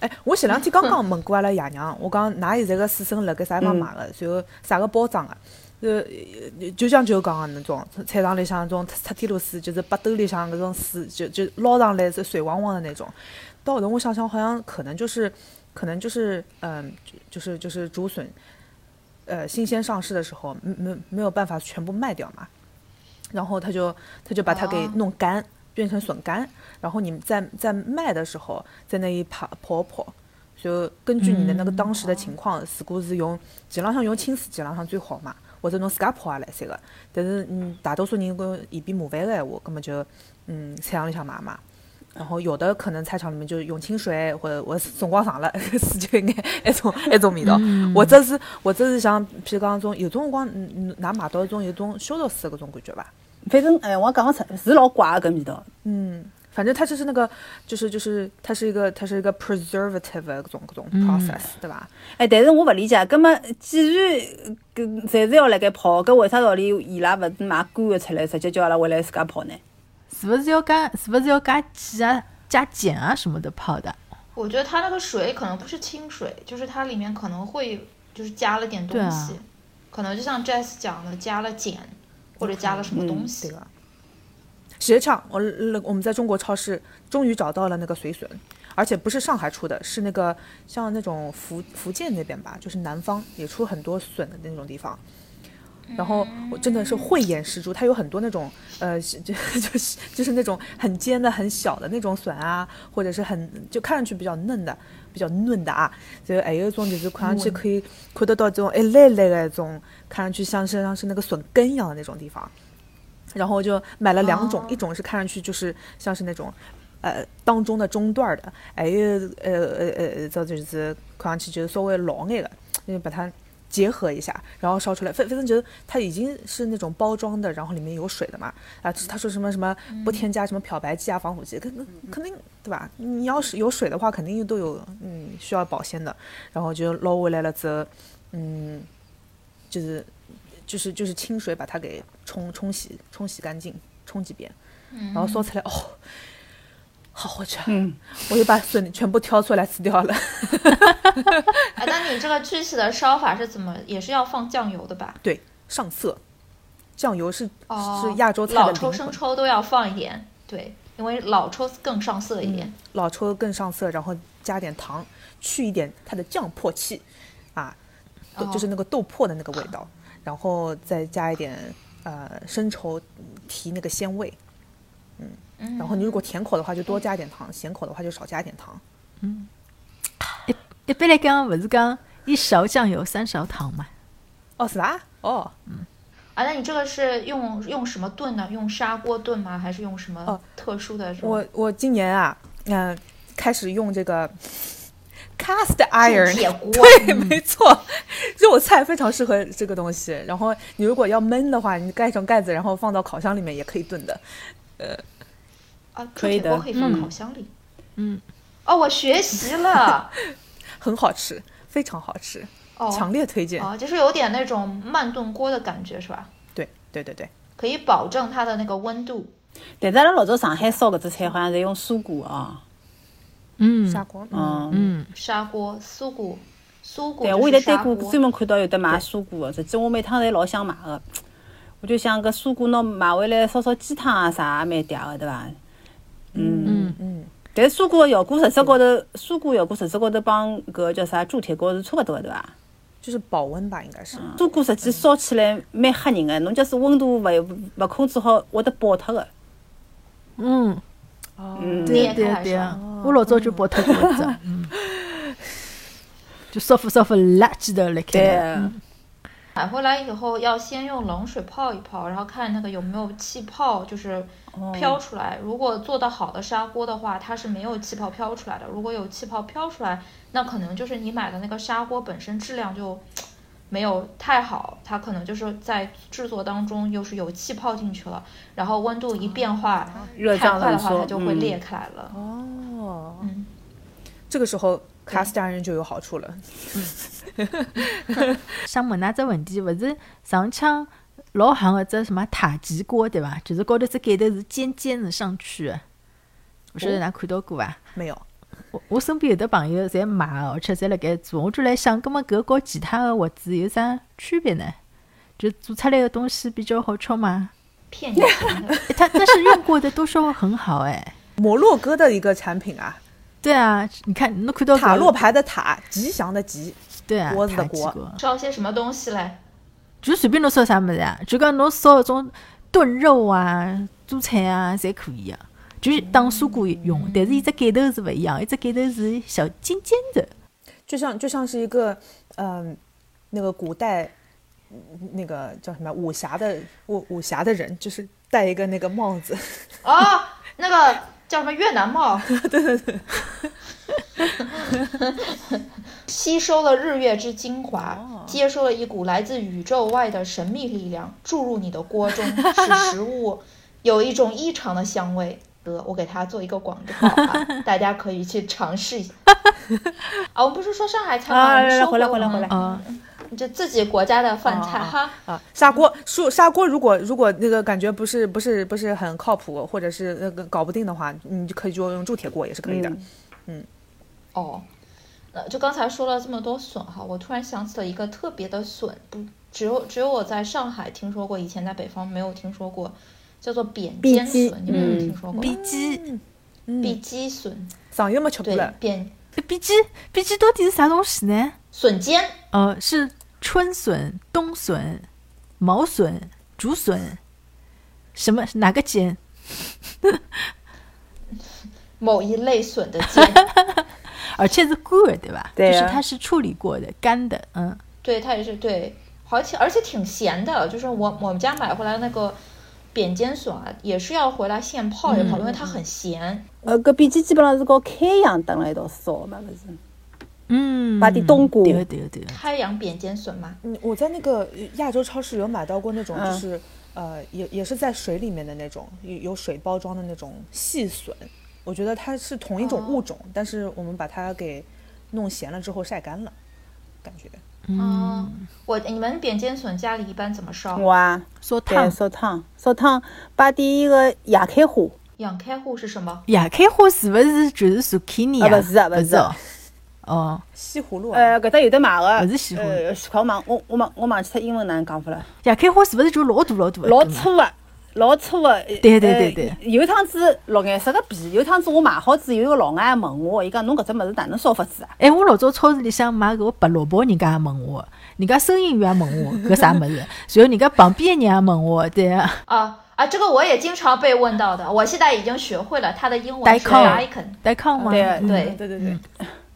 Speaker 1: 哎，我前两天刚刚问过阿拉爷娘，我讲㑚现在个水笋辣盖啥地方买的，然后啥个包装的？呃，就像就讲个那种菜场里向那种擦天露水，就是八兜里向搿种水，就就捞上来是水汪汪的那种。到后头我想想，好像可能就是，可能就是，嗯、就就是就是竹笋，呃，新鲜上市的时候，没没没有办法全部卖掉嘛，然后他就他就把它给
Speaker 3: 哦
Speaker 1: 弄干，变成笋干，然后你在在卖的时候，在那里泡泡泡，就根据你的那个当时的情况，如果是用几浪向用清水几浪向最好嘛，或者侬自家泡也来三个。但是嗯，大多数人跟嫌比麻烦个闲话，根本就嗯菜场里向买嘛。然后有的可能菜场里面就用清水，或者我辰光长了， 水就应该那种那种味道。或者是或者是像譬如讲种有种辰光，嗯嗯，㑚买到一种有种消毒水搿种感觉伐？
Speaker 4: 反正哎，我讲个是老怪个搿味道。
Speaker 1: 嗯，反正它就是那个，就是就是它是一个它是一个 preservative 的各种各种 process，、对吧？
Speaker 4: 哎，但是我勿理解，葛么既然搿侪是要辣盖泡，搿为啥道理伊拉勿买干个出来，直接叫阿拉回来自家泡呢？
Speaker 2: 是勿是要加？是勿是要加碱啊、加碱啊什么的泡的？
Speaker 3: 我觉得它那个水可能不是清水，就是它里面可能会就是加了点东西，
Speaker 2: 对啊
Speaker 3: 可能就像 Jess 讲的，加了碱或者加了什么东西。
Speaker 1: 嗯对啊吧？实际上，我呃我们在中国超市终于找到了那个水笋，而且不是上海出的，是那个像那种福福建那边吧，就是南方也出很多笋的那种地方。然后我真的是慧眼识珠，它有很多那种呃，是 就就是就是那种很尖的、很小的那种笋啊，或者是很就看上去比较嫩的、比较嫩的啊。所以还有一种就是看上去可以看得到这种一粒粒的这种，看上去像是像是那个笋根一样的那种地方。然后就买了两种，一种是看上去就是像是那种，呃，当中的中段儿的，还有呃呃呃呃，这就是看上去就是稍微老眼的，就是把它结合一下，然后烧出来。反反正就是它已经是那种包装的，然后里面有水的嘛。啊，他说什么什么不添加什么漂白剂啊、防腐剂，肯肯定对吧？你要是有水的话，肯定都有嗯需要保鲜的。然后就捞回来了之后，嗯，就是就是就是清水把它给冲冲洗冲洗干净，冲几遍，
Speaker 3: 嗯
Speaker 1: 然后烧出来哦，好好吃啊！
Speaker 4: 嗯
Speaker 1: 我就把笋全部挑出来吃掉了。
Speaker 3: 哎，那你这个具体的烧法是怎么？也是要放酱油的吧？
Speaker 1: 对，上色，酱油是、
Speaker 3: 哦，
Speaker 1: 是亚洲菜的
Speaker 3: 老
Speaker 1: 灵
Speaker 3: 抽、
Speaker 1: 魂，
Speaker 3: 生抽都要放一点，对，因为老抽更上色一点。
Speaker 1: 嗯老抽更上色，然后加点糖，去一点它的酱破气，啊，豆
Speaker 3: 哦
Speaker 1: 就是那个豆粕的那个味道，然后再加一点呃生抽提那个鲜味，
Speaker 3: 嗯，
Speaker 1: 然后你如果甜口的话就多加点糖，咸口的话就少加点糖。
Speaker 2: 一般来讲，勿是讲一勺酱油三勺糖嘛？
Speaker 1: 哦，是吧？哦，
Speaker 3: 啊，那你这个是用用什么炖呢？用砂锅炖吗？还是用什么
Speaker 1: 哦
Speaker 3: 特殊的什么？
Speaker 1: 我我今年啊，嗯、开始用这个 cast
Speaker 3: 铸
Speaker 1: iron
Speaker 3: 铁锅，
Speaker 1: 对，没错，肉菜非常适合这个东西。然后你如果要焖的话，你盖上盖子，然后放到烤箱里面也可以炖的。
Speaker 3: 啊，铸
Speaker 4: 可以
Speaker 3: 铁锅
Speaker 4: 的
Speaker 3: 可以放烤箱里。嗯，哦，我学习了。
Speaker 1: 很好吃，非常好吃，
Speaker 3: 哦，
Speaker 1: 强烈推荐。
Speaker 3: 哦，就是有点那种慢炖锅的感觉，是吧？
Speaker 1: 对对对对，
Speaker 3: 可以保证它的那个温度。
Speaker 4: 但是阿拉老早上海烧搿只菜好像侪用蔬果哦，
Speaker 2: 嗯
Speaker 1: 砂锅，嗯，
Speaker 4: 嗯。
Speaker 2: 嗯，
Speaker 3: 砂锅、苏骨、苏骨
Speaker 4: 对，
Speaker 3: 就
Speaker 4: 我
Speaker 3: 是
Speaker 4: 现在
Speaker 3: 砂
Speaker 4: 对过
Speaker 3: 锅
Speaker 4: 专门看到有的卖蔬果的，实际我每趟侪老想买的。我就想搿蔬果拿买回来烧烧鸡汤啊啥也蛮嗲的，对伐？嗯
Speaker 2: 嗯
Speaker 1: 嗯，
Speaker 4: 但是蔬果的效果实质高头，蔬果效果实质高头帮搿叫啥铸铁锅是差勿多的，对伐？
Speaker 1: 就是保温吧，应该是。
Speaker 4: 蔬果实际烧起来蛮吓人的，侬假使温度勿勿控制好，会得爆脱的。
Speaker 2: 嗯，
Speaker 1: 哦
Speaker 2: 对
Speaker 3: 裂开
Speaker 2: 对
Speaker 3: 来
Speaker 2: 对
Speaker 3: 是吧
Speaker 2: 啊，我老早就爆脱过一只，嗯，就烧火烧火辣鸡头来开
Speaker 4: 啊
Speaker 2: 了，
Speaker 4: 嗯
Speaker 3: 买回来以后要先用冷水泡一泡，然后看那个有没有气泡，就是
Speaker 4: 哦
Speaker 3: 飘出来。如果做得好的砂锅的话，它是没有气泡飘出来的。如果有气泡飘出来，那可能就是你买的那个砂锅本身质量就没有太好，它可能就是在制作当中又是有气泡进去了，然后温度一变化
Speaker 4: 哦热
Speaker 3: 太
Speaker 4: 胀
Speaker 3: 快的
Speaker 4: 冷
Speaker 3: 话，它
Speaker 4: 缩，
Speaker 3: 就会裂
Speaker 4: 嗯，
Speaker 3: 开来了。
Speaker 1: 哦，
Speaker 3: 嗯
Speaker 1: 这个时候 cast iron 就有好处了。
Speaker 2: 想问㑚只问题，勿是上腔老行个只什么塔吉锅对伐？就是高头只盖头是尖尖的上去的，勿晓得㑚看到过伐？
Speaker 1: 没有，
Speaker 2: 我我身边有的朋友侪买的，而且侪辣盖做，我就来想，葛末搿和其他的盒子有啥区别呢？就做出来的东西比较好吃吗？
Speaker 3: 骗你啊钱的，
Speaker 2: 诶它但是用过的都说很好哎。
Speaker 1: 摩洛哥的一个产品啊，
Speaker 2: 对啊，你看侬看到搿
Speaker 1: 塔洛牌的塔，吉祥的吉，
Speaker 2: 对啊，
Speaker 1: 锅子的
Speaker 2: 塔吉
Speaker 1: 锅
Speaker 2: 锅，
Speaker 3: 烧些什么东西嘞？
Speaker 2: 就随便侬烧啥物事啊，就讲侬烧搿种炖肉啊、做菜啊，侪可以啊。就是打砂锅用，但是伊只盖头是勿一样，伊只盖头是小尖尖的。
Speaker 1: 就像就像是一个嗯、那个古代嗯那个叫什么武侠的武武侠的人，就是戴一个那个帽子，
Speaker 3: 哦，那个叫什么越南 帽？对对对， 吸收了日月之精
Speaker 4: 哦
Speaker 3: 华，接收了一股来自宇宙外的神秘力量，注入你的锅中，使 食物有一种异常的香味。得，我给它做一个广告 啊，大家可以去尝试一下。啊，我们不是说上海菜吗？
Speaker 4: 啊
Speaker 3: 我们
Speaker 4: 来来
Speaker 3: 收
Speaker 4: 回来
Speaker 3: 回
Speaker 4: 回来
Speaker 3: 了吗嗯
Speaker 4: 回来
Speaker 2: 啊
Speaker 3: 就自己国家的饭菜
Speaker 1: 哦哦
Speaker 3: 哈。
Speaker 1: 啊，砂锅说砂锅，如果如果那个感觉不是不是不是很靠谱，或者是那个搞不定的话，你就可以就用铸铁锅也是可以的。
Speaker 4: 嗯
Speaker 3: 哦，呃，就刚才说了这么多笋哈，我突然想起了一个特别的笋，不，只有只有我在上海听说过，以前在北方没有听说过，叫做扁
Speaker 4: 碧
Speaker 3: 尖
Speaker 4: 鸡
Speaker 3: 笋，你们有
Speaker 4: 嗯
Speaker 3: 听说过吗？
Speaker 2: 比
Speaker 1: 嗯
Speaker 2: 基
Speaker 3: 碧鸡笋，
Speaker 1: 上月没吃过
Speaker 3: 对
Speaker 1: 了，，
Speaker 3: 扁
Speaker 2: 呃比基比基到底是啥东西呢？
Speaker 3: 笋尖，
Speaker 2: 呃，是春笋、冬笋，毛笋、竹笋，什么哪个尖？
Speaker 3: 某一类笋的尖，
Speaker 2: 而且是干的，对吧？
Speaker 4: 对
Speaker 2: 就
Speaker 4: 啊
Speaker 2: 是它是处理过的，干的，嗯，
Speaker 3: 对，它也是对，好且而且挺咸的，就是我我们家买回来那个扁尖笋啊，也是要回来现泡一泡，因为它很咸。
Speaker 4: 呃，搿笔记基本上是搞开洋等辣一道烧嘛，勿是？
Speaker 2: 嗯，
Speaker 4: 摆点冬瓜
Speaker 2: 对个对个对个，
Speaker 3: 开阳扁尖笋嘛，
Speaker 1: 嗯，我在那个亚洲超市有买到过那种，
Speaker 3: 嗯
Speaker 1: 就是、呃，也也是在水里面的那种，有有水包装的那种细笋。我觉得它是同一
Speaker 3: 哦
Speaker 1: 种物种，但是我们把它给弄咸了之后晒干了，感觉
Speaker 3: 啊，我你们扁尖笋家里一般怎么烧？
Speaker 4: 我啊，
Speaker 2: 烧
Speaker 4: 对，
Speaker 2: 汤。
Speaker 4: 烧汤，烧汤，摆点一个野开花，
Speaker 3: 养开户是什么？
Speaker 2: 野开花是勿是就是 zucchini
Speaker 4: 啊
Speaker 2: 啊？
Speaker 4: 不是啊不
Speaker 2: 不
Speaker 4: 是
Speaker 2: 哦，哦，
Speaker 1: 西葫芦、啊。
Speaker 4: 呃，搿搭有得买个，
Speaker 2: 勿是西葫芦
Speaker 4: 呃，快我忘，我我忘我忘记脱英文哪能讲法了，
Speaker 2: 野开花是勿是就老大老大一
Speaker 4: 老
Speaker 2: 根啊？
Speaker 4: 粗个，老粗个。
Speaker 2: 对对对对
Speaker 4: 呃有趟子绿颜色个皮，有趟子我买好子，有一个老外问我，伊讲侬搿只物事哪能烧法子啊？
Speaker 2: 哎，我老早超市里向买搿个白萝卜，人家也问我，人家收银员也问我搿啥物事，然后人家旁边的人也问我，对啊，
Speaker 3: 啊啊，这个我也经常被问到的，我现在已经学会了它的英文是
Speaker 2: Daikon
Speaker 3: icon。
Speaker 2: 带抗吗？
Speaker 4: 对啊
Speaker 2: 嗯
Speaker 3: 对
Speaker 1: 对对对，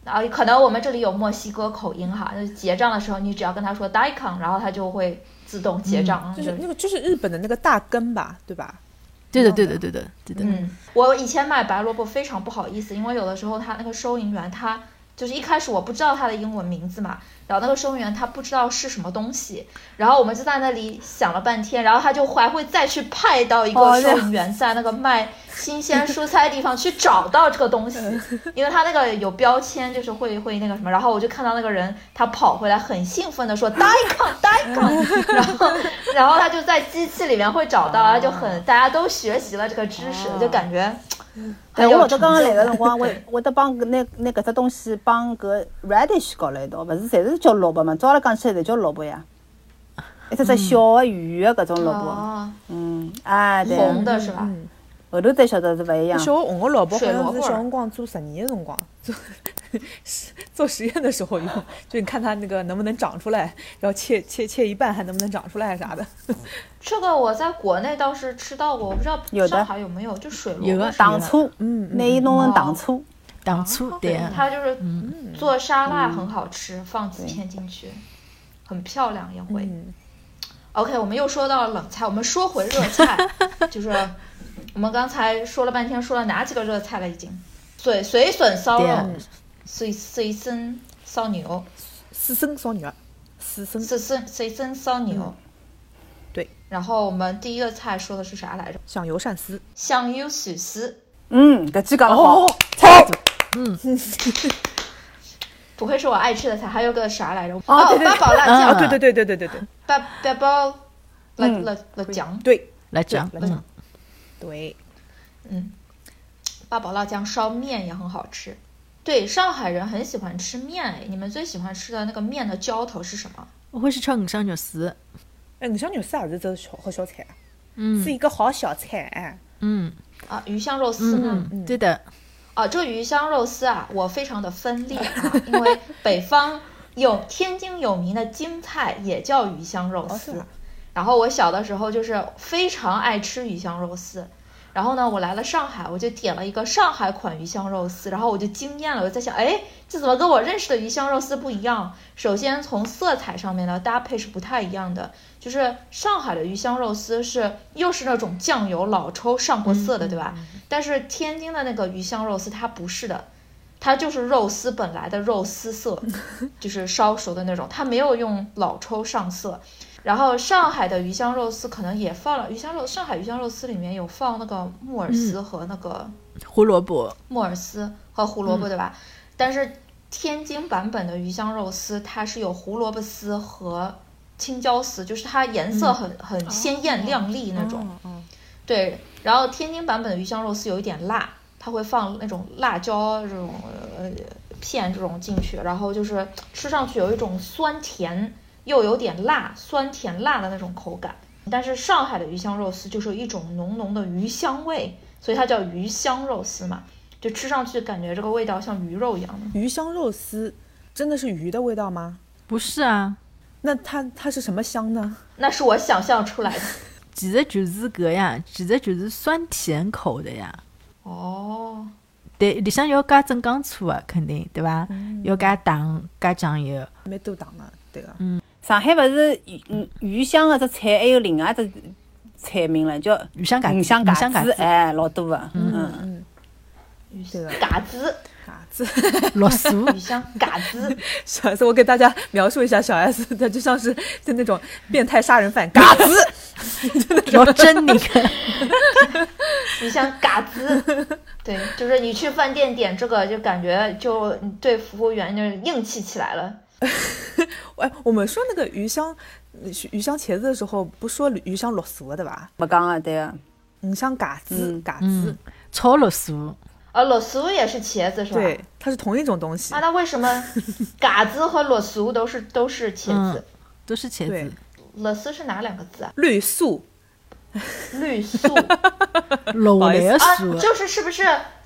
Speaker 3: 啊，可能我们这里有墨西哥口音哈，就是结账的时候你只要跟他说 daikon，然后他就会自动结账。
Speaker 1: 嗯就是那个就是日本的那个大根吧，对吧？
Speaker 2: 对的，对的，对的，对的。
Speaker 3: 嗯，我以前买白萝卜非常不好意思，因为有的时候他那个收银员他就是一开始我不知道他的英文名字嘛，然后那个收银员他不知道是什么东西，然后我们就在那里想了半天，然后他就还会再去派到 一
Speaker 4: 哦
Speaker 3: 个
Speaker 4: 这样
Speaker 3: 收银员在那个卖新鲜蔬菜的地方去找到这个东 西，因为他那个有标签，就是会会那个什么，然后我就看到那个人他跑回来很兴奋的说 daikon daikon，然后 然后他就在机器里面会找到，然后就很大家都学习了这个知识，就感觉。
Speaker 4: 哎，
Speaker 3: 很
Speaker 4: 我
Speaker 3: 有
Speaker 4: 老早
Speaker 3: 成
Speaker 4: 刚刚
Speaker 3: 就
Speaker 4: 来个
Speaker 3: 感
Speaker 4: 辰光，我我得帮搿拿拿搿只东西帮搿 radish 搞了一道，勿是侪是叫萝卜嘛？照阿拉讲起来侪叫萝卜呀，一只只小个圆个搿种萝卜，
Speaker 3: 哦，
Speaker 4: 嗯，哎对，
Speaker 3: 红的是吧？
Speaker 1: 嗯
Speaker 4: 后头才晓得是勿一样。
Speaker 1: 小红个萝卜好
Speaker 3: 啊水萝
Speaker 1: 像
Speaker 3: 卜
Speaker 1: 是
Speaker 3: 儿
Speaker 1: 小辰光做实验的辰光做实做实验的时候用，就你看它那个能不能长出来，然后切切切一半还能不能长出来啥的。
Speaker 3: 这个我在国内倒是吃到过，我不知道
Speaker 4: 有的
Speaker 3: 上海有没有，就水萝卜
Speaker 2: 有啊
Speaker 3: 是吧
Speaker 4: 糖醋，
Speaker 1: 嗯嗯
Speaker 4: 拿伊弄成糖醋，
Speaker 2: 糖醋对啊，
Speaker 3: 它就是做沙拉
Speaker 4: 嗯
Speaker 3: 很好吃，放几片进去，很漂亮也会。
Speaker 1: 嗯
Speaker 3: OK，我们又说到了冷菜，我们说回热菜，就是我们刚才说了半天，说了哪几个热菜了已经？水水笋烧
Speaker 2: 对
Speaker 3: 肉
Speaker 2: 啊，
Speaker 3: 水水参烧牛，
Speaker 1: 私生双女儿，私生
Speaker 3: 水参水参烧牛。
Speaker 1: 嗯对，
Speaker 3: 然后我们第一个菜说的是啥来着？
Speaker 1: 响油鳝 丝，
Speaker 3: 香油鳝丝。
Speaker 4: 嗯，搿句讲得好
Speaker 1: 哦，
Speaker 4: 菜
Speaker 3: 不愧是我爱吃的菜，还有个啥来着？哦，
Speaker 4: 对对
Speaker 3: 八宝辣
Speaker 2: 嗯
Speaker 3: 酱，
Speaker 1: 哦，对对对对对对对
Speaker 3: 八八宝辣
Speaker 4: 嗯
Speaker 3: 辣辣酱，
Speaker 1: 对
Speaker 2: 来讲，
Speaker 1: 来
Speaker 2: 嗯
Speaker 1: 讲，对，
Speaker 3: 嗯，八宝辣酱烧面也很好吃。对，上海人很喜欢吃面，哎，你们最喜欢吃的那个面的浇头是什么？
Speaker 2: 我会是吃五香肉丝，
Speaker 1: 哎，五香肉丝也是这小好小菜啊，
Speaker 2: 嗯
Speaker 1: 是一个好小菜哎。
Speaker 2: 嗯
Speaker 3: 啊，鱼香肉丝呢？
Speaker 2: 嗯嗯，对的，
Speaker 3: 啊，这个鱼香肉丝啊，我非常的分裂啊，因为 北方有天津有名的京菜也叫鱼香肉
Speaker 1: 哦是
Speaker 3: 丝
Speaker 1: 吗，
Speaker 3: 然后我小的时候就是非常爱吃鱼香肉丝。然后呢，我来了上海，我就点了一个上海款鱼香肉丝，然后我就惊艳了，我在想，哎，这怎么跟我认识的鱼香肉丝不一样？首先从色彩上面呢，搭配是不太一样的，就是上海的鱼香肉丝是又是那种酱油老抽上过色的，对吧？但是天津的那个鱼香肉丝它不是的，它就是肉丝本来的肉丝色，就是烧熟的那种，它没有用老抽上色。然后上海的鱼香肉丝可能也放了鱼香肉，上海鱼香肉丝里面有放那个木耳丝和那个
Speaker 2: 胡萝卜，
Speaker 3: 木耳丝和胡萝卜，对吧？但是天津版本的鱼香肉丝，它是有胡萝卜丝和青椒丝，就是它颜色很、很鲜艳亮丽那种。
Speaker 1: 哦
Speaker 3: 对，然后天津版本的鱼香肉丝有一点辣，它会放那种辣椒这种呃片这种进去，然后就是吃上去有一种酸甜又有点辣，酸甜辣的那种口感。但是上海的鱼香肉丝就是有一种浓浓的鱼香味，所以它叫鱼香肉丝嘛，就吃上去感觉这个味道像鱼肉一样的。
Speaker 1: 鱼香肉丝真的是鱼的味道吗？
Speaker 2: 不是啊，
Speaker 1: 那它它是什么香呢？
Speaker 3: 那是我想象出来的。
Speaker 2: 其实就是搿呀，其实就是酸甜口的呀。
Speaker 3: 哦，
Speaker 2: 对，里向要加镇江醋啊，肯定对伐？要加糖，加酱油。
Speaker 1: 蛮多糖的，啊对个。
Speaker 4: 上海勿是鱼鱼鱼香个只菜，还有另外一只菜名了，叫
Speaker 2: 鱼香茄
Speaker 4: 鱼香
Speaker 2: 鱼香
Speaker 4: 茄
Speaker 2: 茄
Speaker 4: 子
Speaker 2: 子，
Speaker 4: 哎，老多个，嗯，
Speaker 1: 对的
Speaker 3: 嘎子，
Speaker 1: 嘎子。
Speaker 2: 绿素
Speaker 3: 鱼香嘎子，
Speaker 1: 小 S，我给大家描述一下小 S，她就像是就那种变态杀人犯， 嘎子，
Speaker 2: 老狰 狞。
Speaker 3: 鱼香嘎子。 对，就是你去饭店点这个，就感觉就对服务员就是硬气起来了。
Speaker 1: 哎，我们说那个鱼香鱼香茄子的时候，不说鱼香绿素的对吧？
Speaker 4: 勿讲个对个，
Speaker 1: 鱼香嘎子，
Speaker 4: 嗯
Speaker 1: 嘎子，
Speaker 2: 嗯，炒绿素，
Speaker 3: 啊，裸俗也是茄子是吧？
Speaker 1: 对，它是同一种东西
Speaker 3: 啊，。那为什么嘎子和裸俗都是都是茄
Speaker 1: 嗯
Speaker 3: 子？
Speaker 2: 都是茄
Speaker 1: 对
Speaker 2: 子。
Speaker 3: 裸俗是哪两个字啊？
Speaker 1: 绿素，
Speaker 3: 绿素
Speaker 2: 落下来的
Speaker 3: 啊
Speaker 2: 素，，
Speaker 3: 就是是不是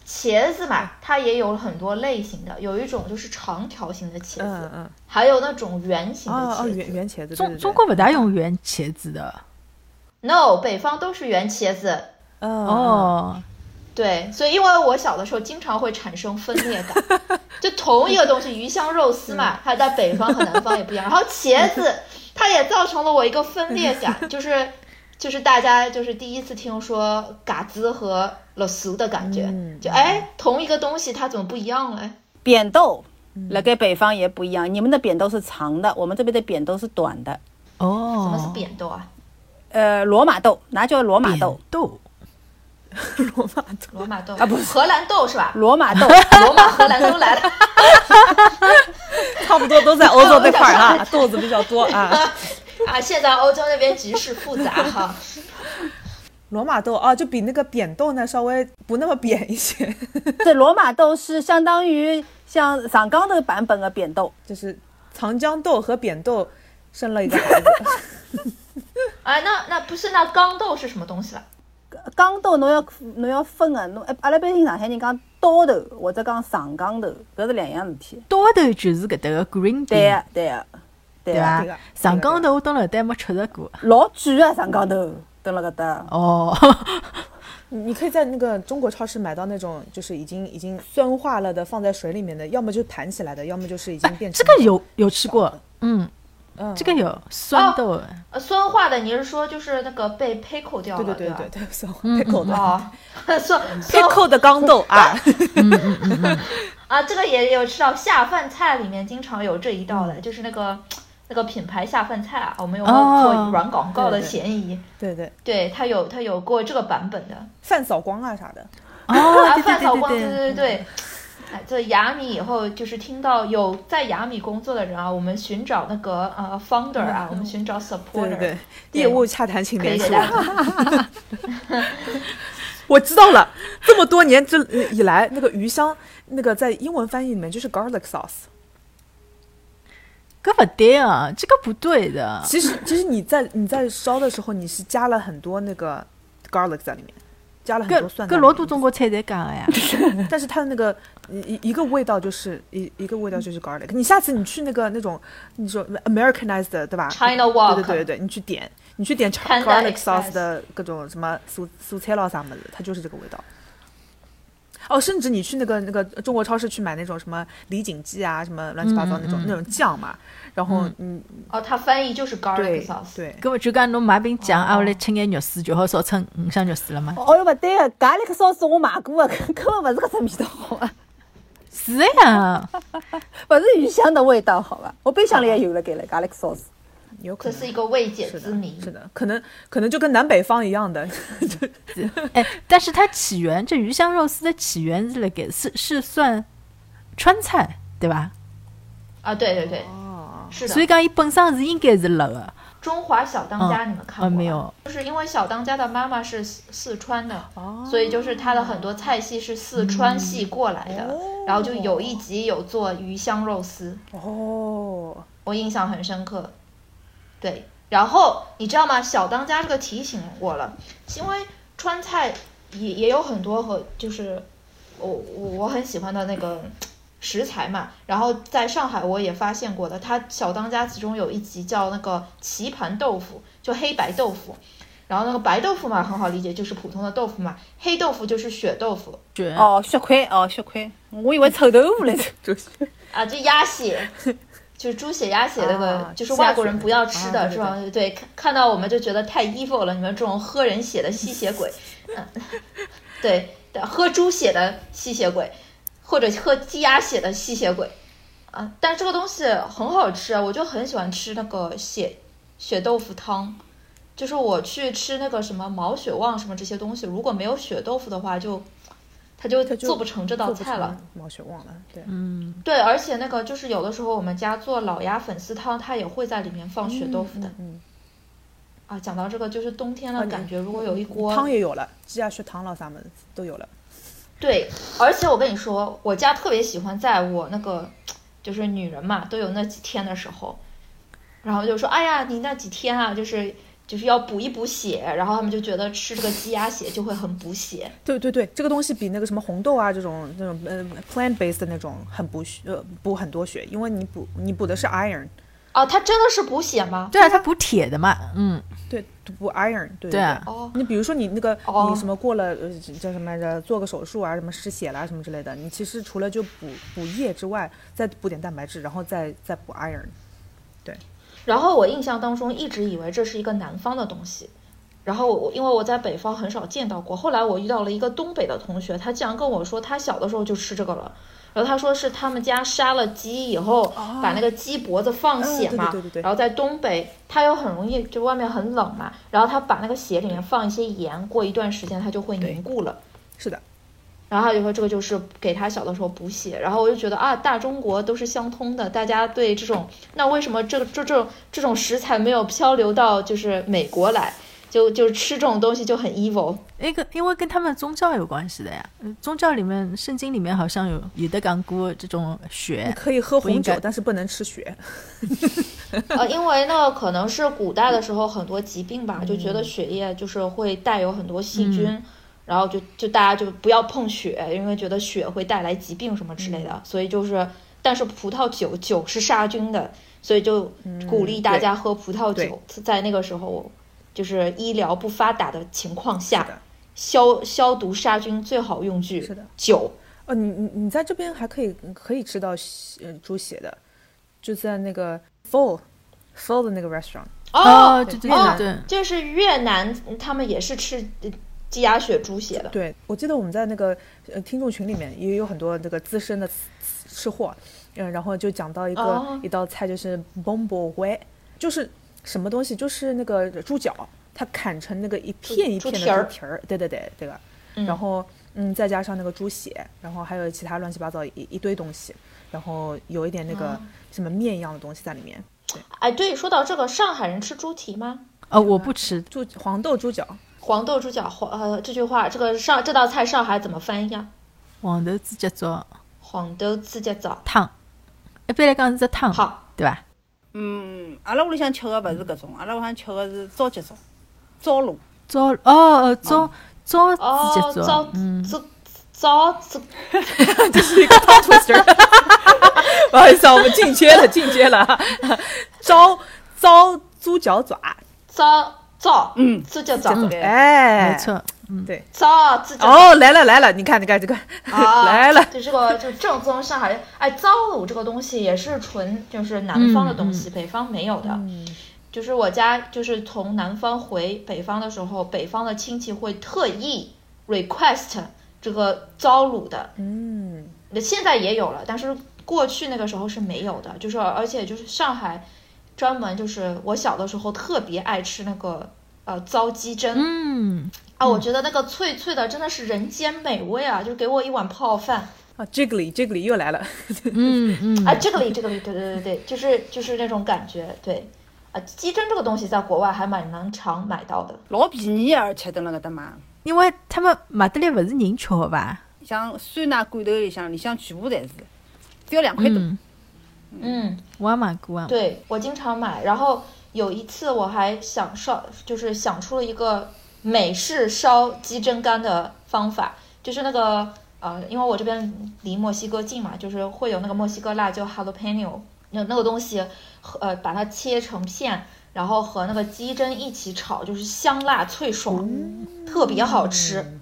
Speaker 3: 茄子嘛？它也有很多类型的，有一种就是长条形的茄
Speaker 1: 嗯
Speaker 3: 子，
Speaker 1: 嗯，
Speaker 3: 还有那种圆形的
Speaker 1: 哦
Speaker 3: 茄
Speaker 1: 哦，
Speaker 3: 子。
Speaker 1: 圆圆茄子，对
Speaker 2: 中
Speaker 1: 对
Speaker 2: 中
Speaker 1: 对。
Speaker 2: 国勿大用圆茄子的。
Speaker 3: No，北方都是圆茄子。
Speaker 1: 嗯，
Speaker 2: 哦，
Speaker 3: 对，所以因为我小的时候经常会产生分裂感， 就同一个东西，鱼香肉丝嘛，它在北方和南方也不一样。然后茄子， 它也造成了我一个分裂 感，就是就是大家就是第一次听说嘎子和老俗的感觉，
Speaker 1: 嗯
Speaker 3: 就哎同一个东西它怎么不一样嘞？
Speaker 4: 扁豆。辣盖北方也不一样，你们的扁豆是长的，我们这边的扁豆是短的。
Speaker 3: 什么
Speaker 2: 哦
Speaker 3: 是，扁豆啊？
Speaker 4: 呃，罗马豆，哪叫罗马豆？
Speaker 2: 豆，嗯
Speaker 1: 罗马豆，
Speaker 3: 罗马豆啊，不是荷兰豆是吧？
Speaker 4: 罗马 豆，
Speaker 3: 罗马、荷兰都 来了。
Speaker 1: 差不多都在欧洲这块儿啊，豆子比较多啊。
Speaker 3: 啊，现在欧洲那边局势复杂哈。
Speaker 1: 罗马豆啊，就比那个扁豆呢稍微不那么扁一些，
Speaker 4: 这罗马豆是相当于像上港头版本的扁豆。
Speaker 1: 就是长江豆和扁豆生了一个孩子。
Speaker 3: 哎，那那不是那钢豆是什么东西了？啊
Speaker 4: 港豆侬要侬要分个，侬哎阿拉一般性上海人讲刀头或者讲上港头，搿是两样事体。
Speaker 2: 刀头就是搿搭个 green
Speaker 4: 对
Speaker 2: bean，
Speaker 4: 个对啊个嗯
Speaker 2: 对
Speaker 4: 对个，
Speaker 1: 对个
Speaker 2: 伐？上港头我蹲辣搿搭没吃着过。
Speaker 4: 老贵个上港头蹲辣搿搭，
Speaker 2: 哦，
Speaker 1: 你你可以在那个中国超市买到那种就是已经已经酸化了的，放在水里面的，要么就是盘起来的，要么就是已经变
Speaker 2: 这
Speaker 1: 成。
Speaker 2: 个有有吃过，嗯，
Speaker 1: 嗯，
Speaker 2: 这个有酸豆的，
Speaker 3: 呃，酸化的，你是说就是那个被 pickle 掉了，
Speaker 1: 对对
Speaker 3: 吧？
Speaker 1: 对对，酸化
Speaker 2: 嗯
Speaker 1: pickle 的
Speaker 3: 哦， 酸酸
Speaker 1: pickle 的钢 豆啊，
Speaker 2: 嗯
Speaker 3: 啊，这个也有吃到下饭菜里面经常有这一
Speaker 1: 嗯
Speaker 3: 道的，就是那个那个品牌下饭菜啊，我们有没有做
Speaker 2: 哦
Speaker 3: 软广告的
Speaker 1: 对对
Speaker 3: 嫌疑？
Speaker 1: 对对，
Speaker 3: 对，它有它有过这个版本的，
Speaker 1: 饭扫光啊啥的，
Speaker 2: 哦，
Speaker 3: 啊，
Speaker 2: 对
Speaker 3: 饭
Speaker 2: 对
Speaker 3: 扫
Speaker 2: 对
Speaker 3: 光，对
Speaker 2: 对对，
Speaker 3: 对
Speaker 1: 嗯
Speaker 3: 对。哎，这雅米以后就是听到有在雅米工作的人啊，我们寻找那个呃 founder 啊，我们寻找 supporter，
Speaker 1: 嗯对对对，
Speaker 3: 对
Speaker 1: 业务洽谈请
Speaker 3: 可以
Speaker 1: 联
Speaker 3: 给
Speaker 1: 系
Speaker 3: 大家
Speaker 1: 我。我知道了，这么多年之以来，那个鱼香那个在英文翻译里面就是 garlic sauce。
Speaker 2: 搿勿对啊，这个不对的。
Speaker 1: 其实其实你在你在烧的时候，你是加了很多那个 garlic 在里面，加了很多
Speaker 2: 搿
Speaker 1: 蒜。
Speaker 2: 搿老多中国菜侪讲个呀，
Speaker 1: 但是它的那个一一一个味道就是一一个味道就是 garlic。你下次你去那个那种你说 Americanized 的对吧
Speaker 3: China
Speaker 1: 对
Speaker 3: Walk
Speaker 1: 对对对，你去点你去点 char-
Speaker 3: Panda
Speaker 1: garlic
Speaker 3: Express
Speaker 1: sauce 的各种什么蔬蔬菜啦啥么子，它就是这个味道。哦，甚至你去那个那个中国超市去买那种什么李锦记啊，什么乱七八糟
Speaker 3: 嗯
Speaker 1: 那种、那种酱嘛，然后嗯，
Speaker 3: 哦，它翻译就是 garlic
Speaker 1: 对
Speaker 3: sauce，
Speaker 1: 对，
Speaker 2: 搿么就讲侬买瓶酱，挨下来吃眼肉丝，就好少称五香肉丝了嘛。
Speaker 4: 哦哟勿对个，咖喱克烧是我买过个，啊 根本勿是搿只味道好伐？
Speaker 2: 是的呀，
Speaker 4: 啊 勿是鱼香的味道好伐？我冰箱里也有了盖了咖喱克烧是。
Speaker 1: 有可
Speaker 3: 这
Speaker 1: 能
Speaker 3: 是一个未解
Speaker 1: 是
Speaker 3: 之
Speaker 1: 的
Speaker 3: 谜。
Speaker 1: 是的，可能可能就跟南北方一样的，
Speaker 2: 哎，但是它起源，这鱼香肉丝的起源是辣盖是是算川菜对伐？
Speaker 3: 啊，对对对，
Speaker 1: 哦
Speaker 3: 是的。
Speaker 2: 所以讲伊本身是应该是辣个。
Speaker 3: 中华小当家》你们看过
Speaker 2: 啊
Speaker 3: 吗？
Speaker 2: 没有，
Speaker 3: 就是因为小当家的妈妈是四四川的，所以就是她的很多菜系是四川系过来的。然后就有一集有做鱼香肉丝，
Speaker 1: 哦，
Speaker 3: 我印象很深刻。对，然后你知道吗？小当家这个提醒我了，因为川菜也也有很多和就是我我我很喜欢的那个食材嘛。然后在上海我也发现过的，他《小当家》其中有一集叫那个棋盘豆腐，就黑白豆腐。然后那个白豆腐嘛，很好理解，就是普通的豆腐嘛。黑豆腐就是血豆腐
Speaker 2: 卷
Speaker 4: 哦，血块哦，血块，我以为臭豆腐嘞，
Speaker 1: 就是
Speaker 3: 啊，就鸭血，就是猪血鸭血那个，
Speaker 1: 啊
Speaker 3: 就是外国人不要吃
Speaker 1: 血
Speaker 3: 的，
Speaker 1: 啊
Speaker 3: 是吧？对看看到我们就觉得太 evil 了，你们这种喝人血的吸血鬼，嗯，对，对喝猪血的吸血鬼，或者喝鸡鸭血的吸血鬼，啊，但这个东西很好吃啊，我就很喜欢吃那个血血豆腐汤。就是我去吃那个什么毛血旺什么这些东西，如果没有血豆腐的话，就它就
Speaker 1: 它就
Speaker 3: 做不成这道
Speaker 1: 做不
Speaker 3: 菜
Speaker 1: 成
Speaker 3: 了。
Speaker 1: 毛血旺了，对，
Speaker 2: 嗯，
Speaker 3: 对，而且那个就是有的时候我们家做老鸭粉丝汤，它也会在里面放血豆腐的、
Speaker 1: 嗯，哦
Speaker 3: 啊。讲到这个，就是冬天的
Speaker 1: 你
Speaker 3: 感觉，如果有一锅
Speaker 1: 汤也有了，鸡啊鸭血汤了，咱们都有了，
Speaker 3: 对，而且我跟你说，我家特别喜欢在我那个就是女人嘛，都有那几天的时候，然后就说，哎呀，你那几天啊，就是就是要补一补血，然后他们就觉得吃这个鸡鸭血就会很补血。
Speaker 1: 对对对，这个东西比那个什么红豆啊这种那种呃 plant based 的那种很补血，呃补很多血，因为你补你补的是 iron，
Speaker 3: 哦，它真的是补血吗？
Speaker 2: 对啊，它补铁的嘛，嗯，
Speaker 1: 对，补 iron，对
Speaker 2: 对
Speaker 1: 对
Speaker 2: 啊
Speaker 3: 哦
Speaker 1: 你比如说你那个、
Speaker 3: 哦
Speaker 1: 你什么过了呃叫什么来着，做个手术啊，什么失血啦、什么之类的，你其实除了就补补液之外，再补点蛋白质，然后再再补 iron。
Speaker 3: 然后我印象当中一直以为这是一个南方的东西，然后我因为我在北方很少见到过，后来我遇到了一个东北的同学，他竟然跟我说他小的时候就吃这个了。然后他说是他们家杀了鸡以后，把那个鸡脖子放血嘛，
Speaker 1: 哦嗯对对对对对
Speaker 3: 然后在东北，它又很容易就外面很冷嘛，然后他把那个血里面放一些盐，过一段时间它就会凝固了。
Speaker 1: 是的，
Speaker 3: 然后他就说这个就是给他小的时候补血，然后我就觉得啊，大中国都是相通的，大家对这种那为什么这个这这种这种食材没有漂流到就是美国来，就就吃这种东西就很 evil。
Speaker 2: 那个因为哎跟他们宗教有关系的呀，嗯宗教里面圣经里面好像有有的讲过这种
Speaker 1: 你
Speaker 2: 血，
Speaker 1: 可以喝
Speaker 2: 哎不应
Speaker 1: 红酒
Speaker 2: 该，
Speaker 1: 但是不能吃血。
Speaker 3: 呃，因为那可能是古代的时候很多疾病吧，就觉
Speaker 1: 嗯
Speaker 3: 得血液就是会带有很多细菌，然后就就大家就不要碰血，因为觉得血会带来疾病什么之
Speaker 1: 嗯
Speaker 3: 类的，所以就是，但是葡萄酒酒是杀菌的，所以就鼓励大家喝葡萄
Speaker 1: 嗯对
Speaker 3: 酒。在那个时候，就是医疗不发达的情况
Speaker 1: 是的
Speaker 3: 下，消消毒杀菌最好用具
Speaker 1: 是的
Speaker 3: 酒。
Speaker 1: 哦，你你你在这边还可以可以吃到血呃猪血的，就在那个 full full 的那个 restaurant。
Speaker 2: 哦，对对
Speaker 1: 越
Speaker 2: 对
Speaker 1: 南
Speaker 2: 对，
Speaker 3: 就是越南嗯他们也是吃呃鸡鸭血猪血的。
Speaker 1: 对，我记得我们在那个呃听众群里面也有很多这个资深的吃吃货，嗯，然后就讲到一个、
Speaker 3: 哦
Speaker 1: 一道菜就是 bombo w a 就是什么东西，就是那个猪脚，它砍成那个一片一
Speaker 3: 猪
Speaker 1: 片
Speaker 3: 蹄
Speaker 1: 的
Speaker 3: 儿
Speaker 1: 猪蹄儿，对对对，这个，然后嗯，再加上那个猪血，然后还有其他乱七八糟一一堆东西，然后有一点那
Speaker 3: 哦
Speaker 1: 个什么面一样的东西在里面，
Speaker 3: 哎，对，说到这个，上海人吃猪蹄吗？
Speaker 2: 哦，我不吃，
Speaker 1: 猪黄豆猪脚，
Speaker 3: 黄豆猪脚黄呃这句话，这个上这道菜上海怎么翻译啊？
Speaker 2: 黄豆猪脚粥
Speaker 3: 黄豆猪脚枣。
Speaker 2: 汤，哎一般来讲是只汤，
Speaker 3: 好，
Speaker 2: 对吧？
Speaker 4: 嗯， 阿拉屋里向吃个勿是搿种，啊阿拉屋里向吃个是糟节粥、糟卤。
Speaker 2: 糟哦哦糟糟
Speaker 3: 哦
Speaker 2: 猪脚，
Speaker 3: 糟
Speaker 2: 粥，嗯，
Speaker 3: 糟糟糟
Speaker 1: 这是一个 tongue twister。不好意思啊，我们进阶 了，进阶了啊。招招猪脚爪，
Speaker 3: 糟糟，
Speaker 4: 嗯
Speaker 3: 猪脚枣，
Speaker 4: 对
Speaker 1: 哎，
Speaker 2: 没。错，
Speaker 3: 糟猪脚
Speaker 1: 哦，来了来了，你看你看这个、
Speaker 3: 啊，
Speaker 1: 来了，
Speaker 3: 就这个就正宗上海人。哎，糟卤这个东西也是纯就是南方的东
Speaker 1: 嗯
Speaker 3: 西，北方没有的。就是我家就是从南方回北方的时候，北方的亲戚会特意 request 这个糟卤的，
Speaker 1: 嗯，
Speaker 3: 那现在也有了，但是过去那个时候是没有的，就是而且就是上海专门就是我小的时候特别爱吃那个呃糟鸡胗、
Speaker 2: 嗯，
Speaker 3: 啊，我觉得那个脆脆的真的是人间美味啊，就是给我一碗泡饭
Speaker 1: 啊，Jiggly Jiggly 又来了，
Speaker 2: 嗯嗯，
Speaker 3: 啊，这个里这个里，对对对对，就是就是那种感觉，对啊，鸡胗这个东西在国外还蛮能常买到的，
Speaker 4: 老便宜啊的，而且蹲辣搿搭买，
Speaker 2: 因为他们马德里勿是人吃的吧？
Speaker 4: 像酸奶罐头里向，里向全部侪是，只要两块多。
Speaker 2: 嗯，
Speaker 3: 嗯。
Speaker 2: 我也买过啊，
Speaker 3: 对我经常买，然后有一次我还想烧，就是想出了一个美式烧鸡胗干的方法，就是那个呃，因为我这边离墨西哥近嘛，就是会有那个墨西哥辣椒 jalapeno，那那个东西，呃，把它切成片，然后和那个鸡胗一起炒，就是香辣脆爽，特别好吃。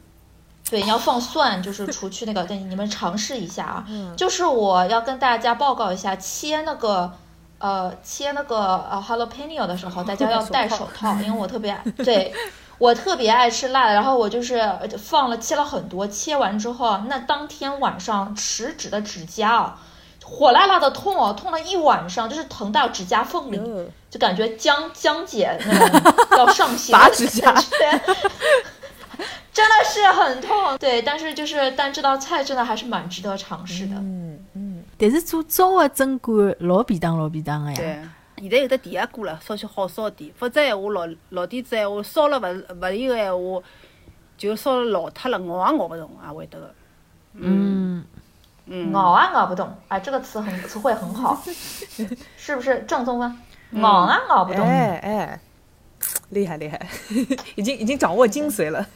Speaker 3: 对，你要放蒜，就是除去那个，对，你们尝试一下啊。就是我要跟大家报告一下，切那个。呃，切那个呃 jalapeno 的 时候，大家要戴手套，因为我特别爱 对我特别爱吃辣的，然后我就是呃放了切了很多，切完之后，那当天晚上食指的指甲啊，火辣辣的痛哦，痛了一晚上，就是疼到指甲缝里，
Speaker 1: 哟
Speaker 3: 就感觉江江姐那种要上刑
Speaker 1: 拔
Speaker 3: 的
Speaker 1: 指甲
Speaker 3: 感觉真的是很痛。对，但是就是但这道菜真的还是蛮值得尝试的。
Speaker 2: 但是做中的蒸馆老便当老便当个呀，
Speaker 4: 对，现在有得电压锅了，稍许好烧点，否则闲话老老底子闲话烧了勿勿伊个闲话，就烧了老脱了，咬也咬勿动，也会得个。
Speaker 2: 嗯，
Speaker 4: 嗯，
Speaker 3: 咬啊咬不动，哎，这个词很词汇很好，是不是正宗吗？咬啊咬不动，
Speaker 1: 哎哎，厉害厉 害，已经已经掌握精髓了。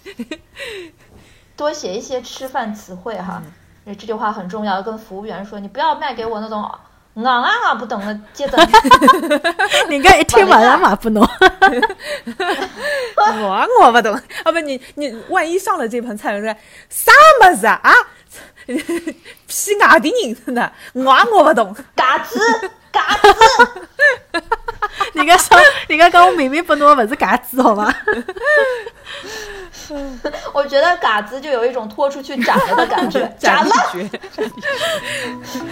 Speaker 3: 多写一些吃饭词汇哈。哎这这句话很重要，跟服务员说，你不要卖给我那种咬啊咬不懂的接着
Speaker 2: 人家一听马上买拨侬，
Speaker 1: 我我不懂啊！不，你你万一上了这盆菜，人家啥么子啊啊？ 屁外地人呢， 我我不懂。
Speaker 3: 嘎吱嘎吱，
Speaker 2: 人家想，人家讲我明明拨侬勿是假子好伐？
Speaker 3: 我觉得嘎
Speaker 1: ，
Speaker 3: 吱就有一种拖出去斩了的感觉
Speaker 1: 斩
Speaker 3: 斩了。
Speaker 1: 一绝。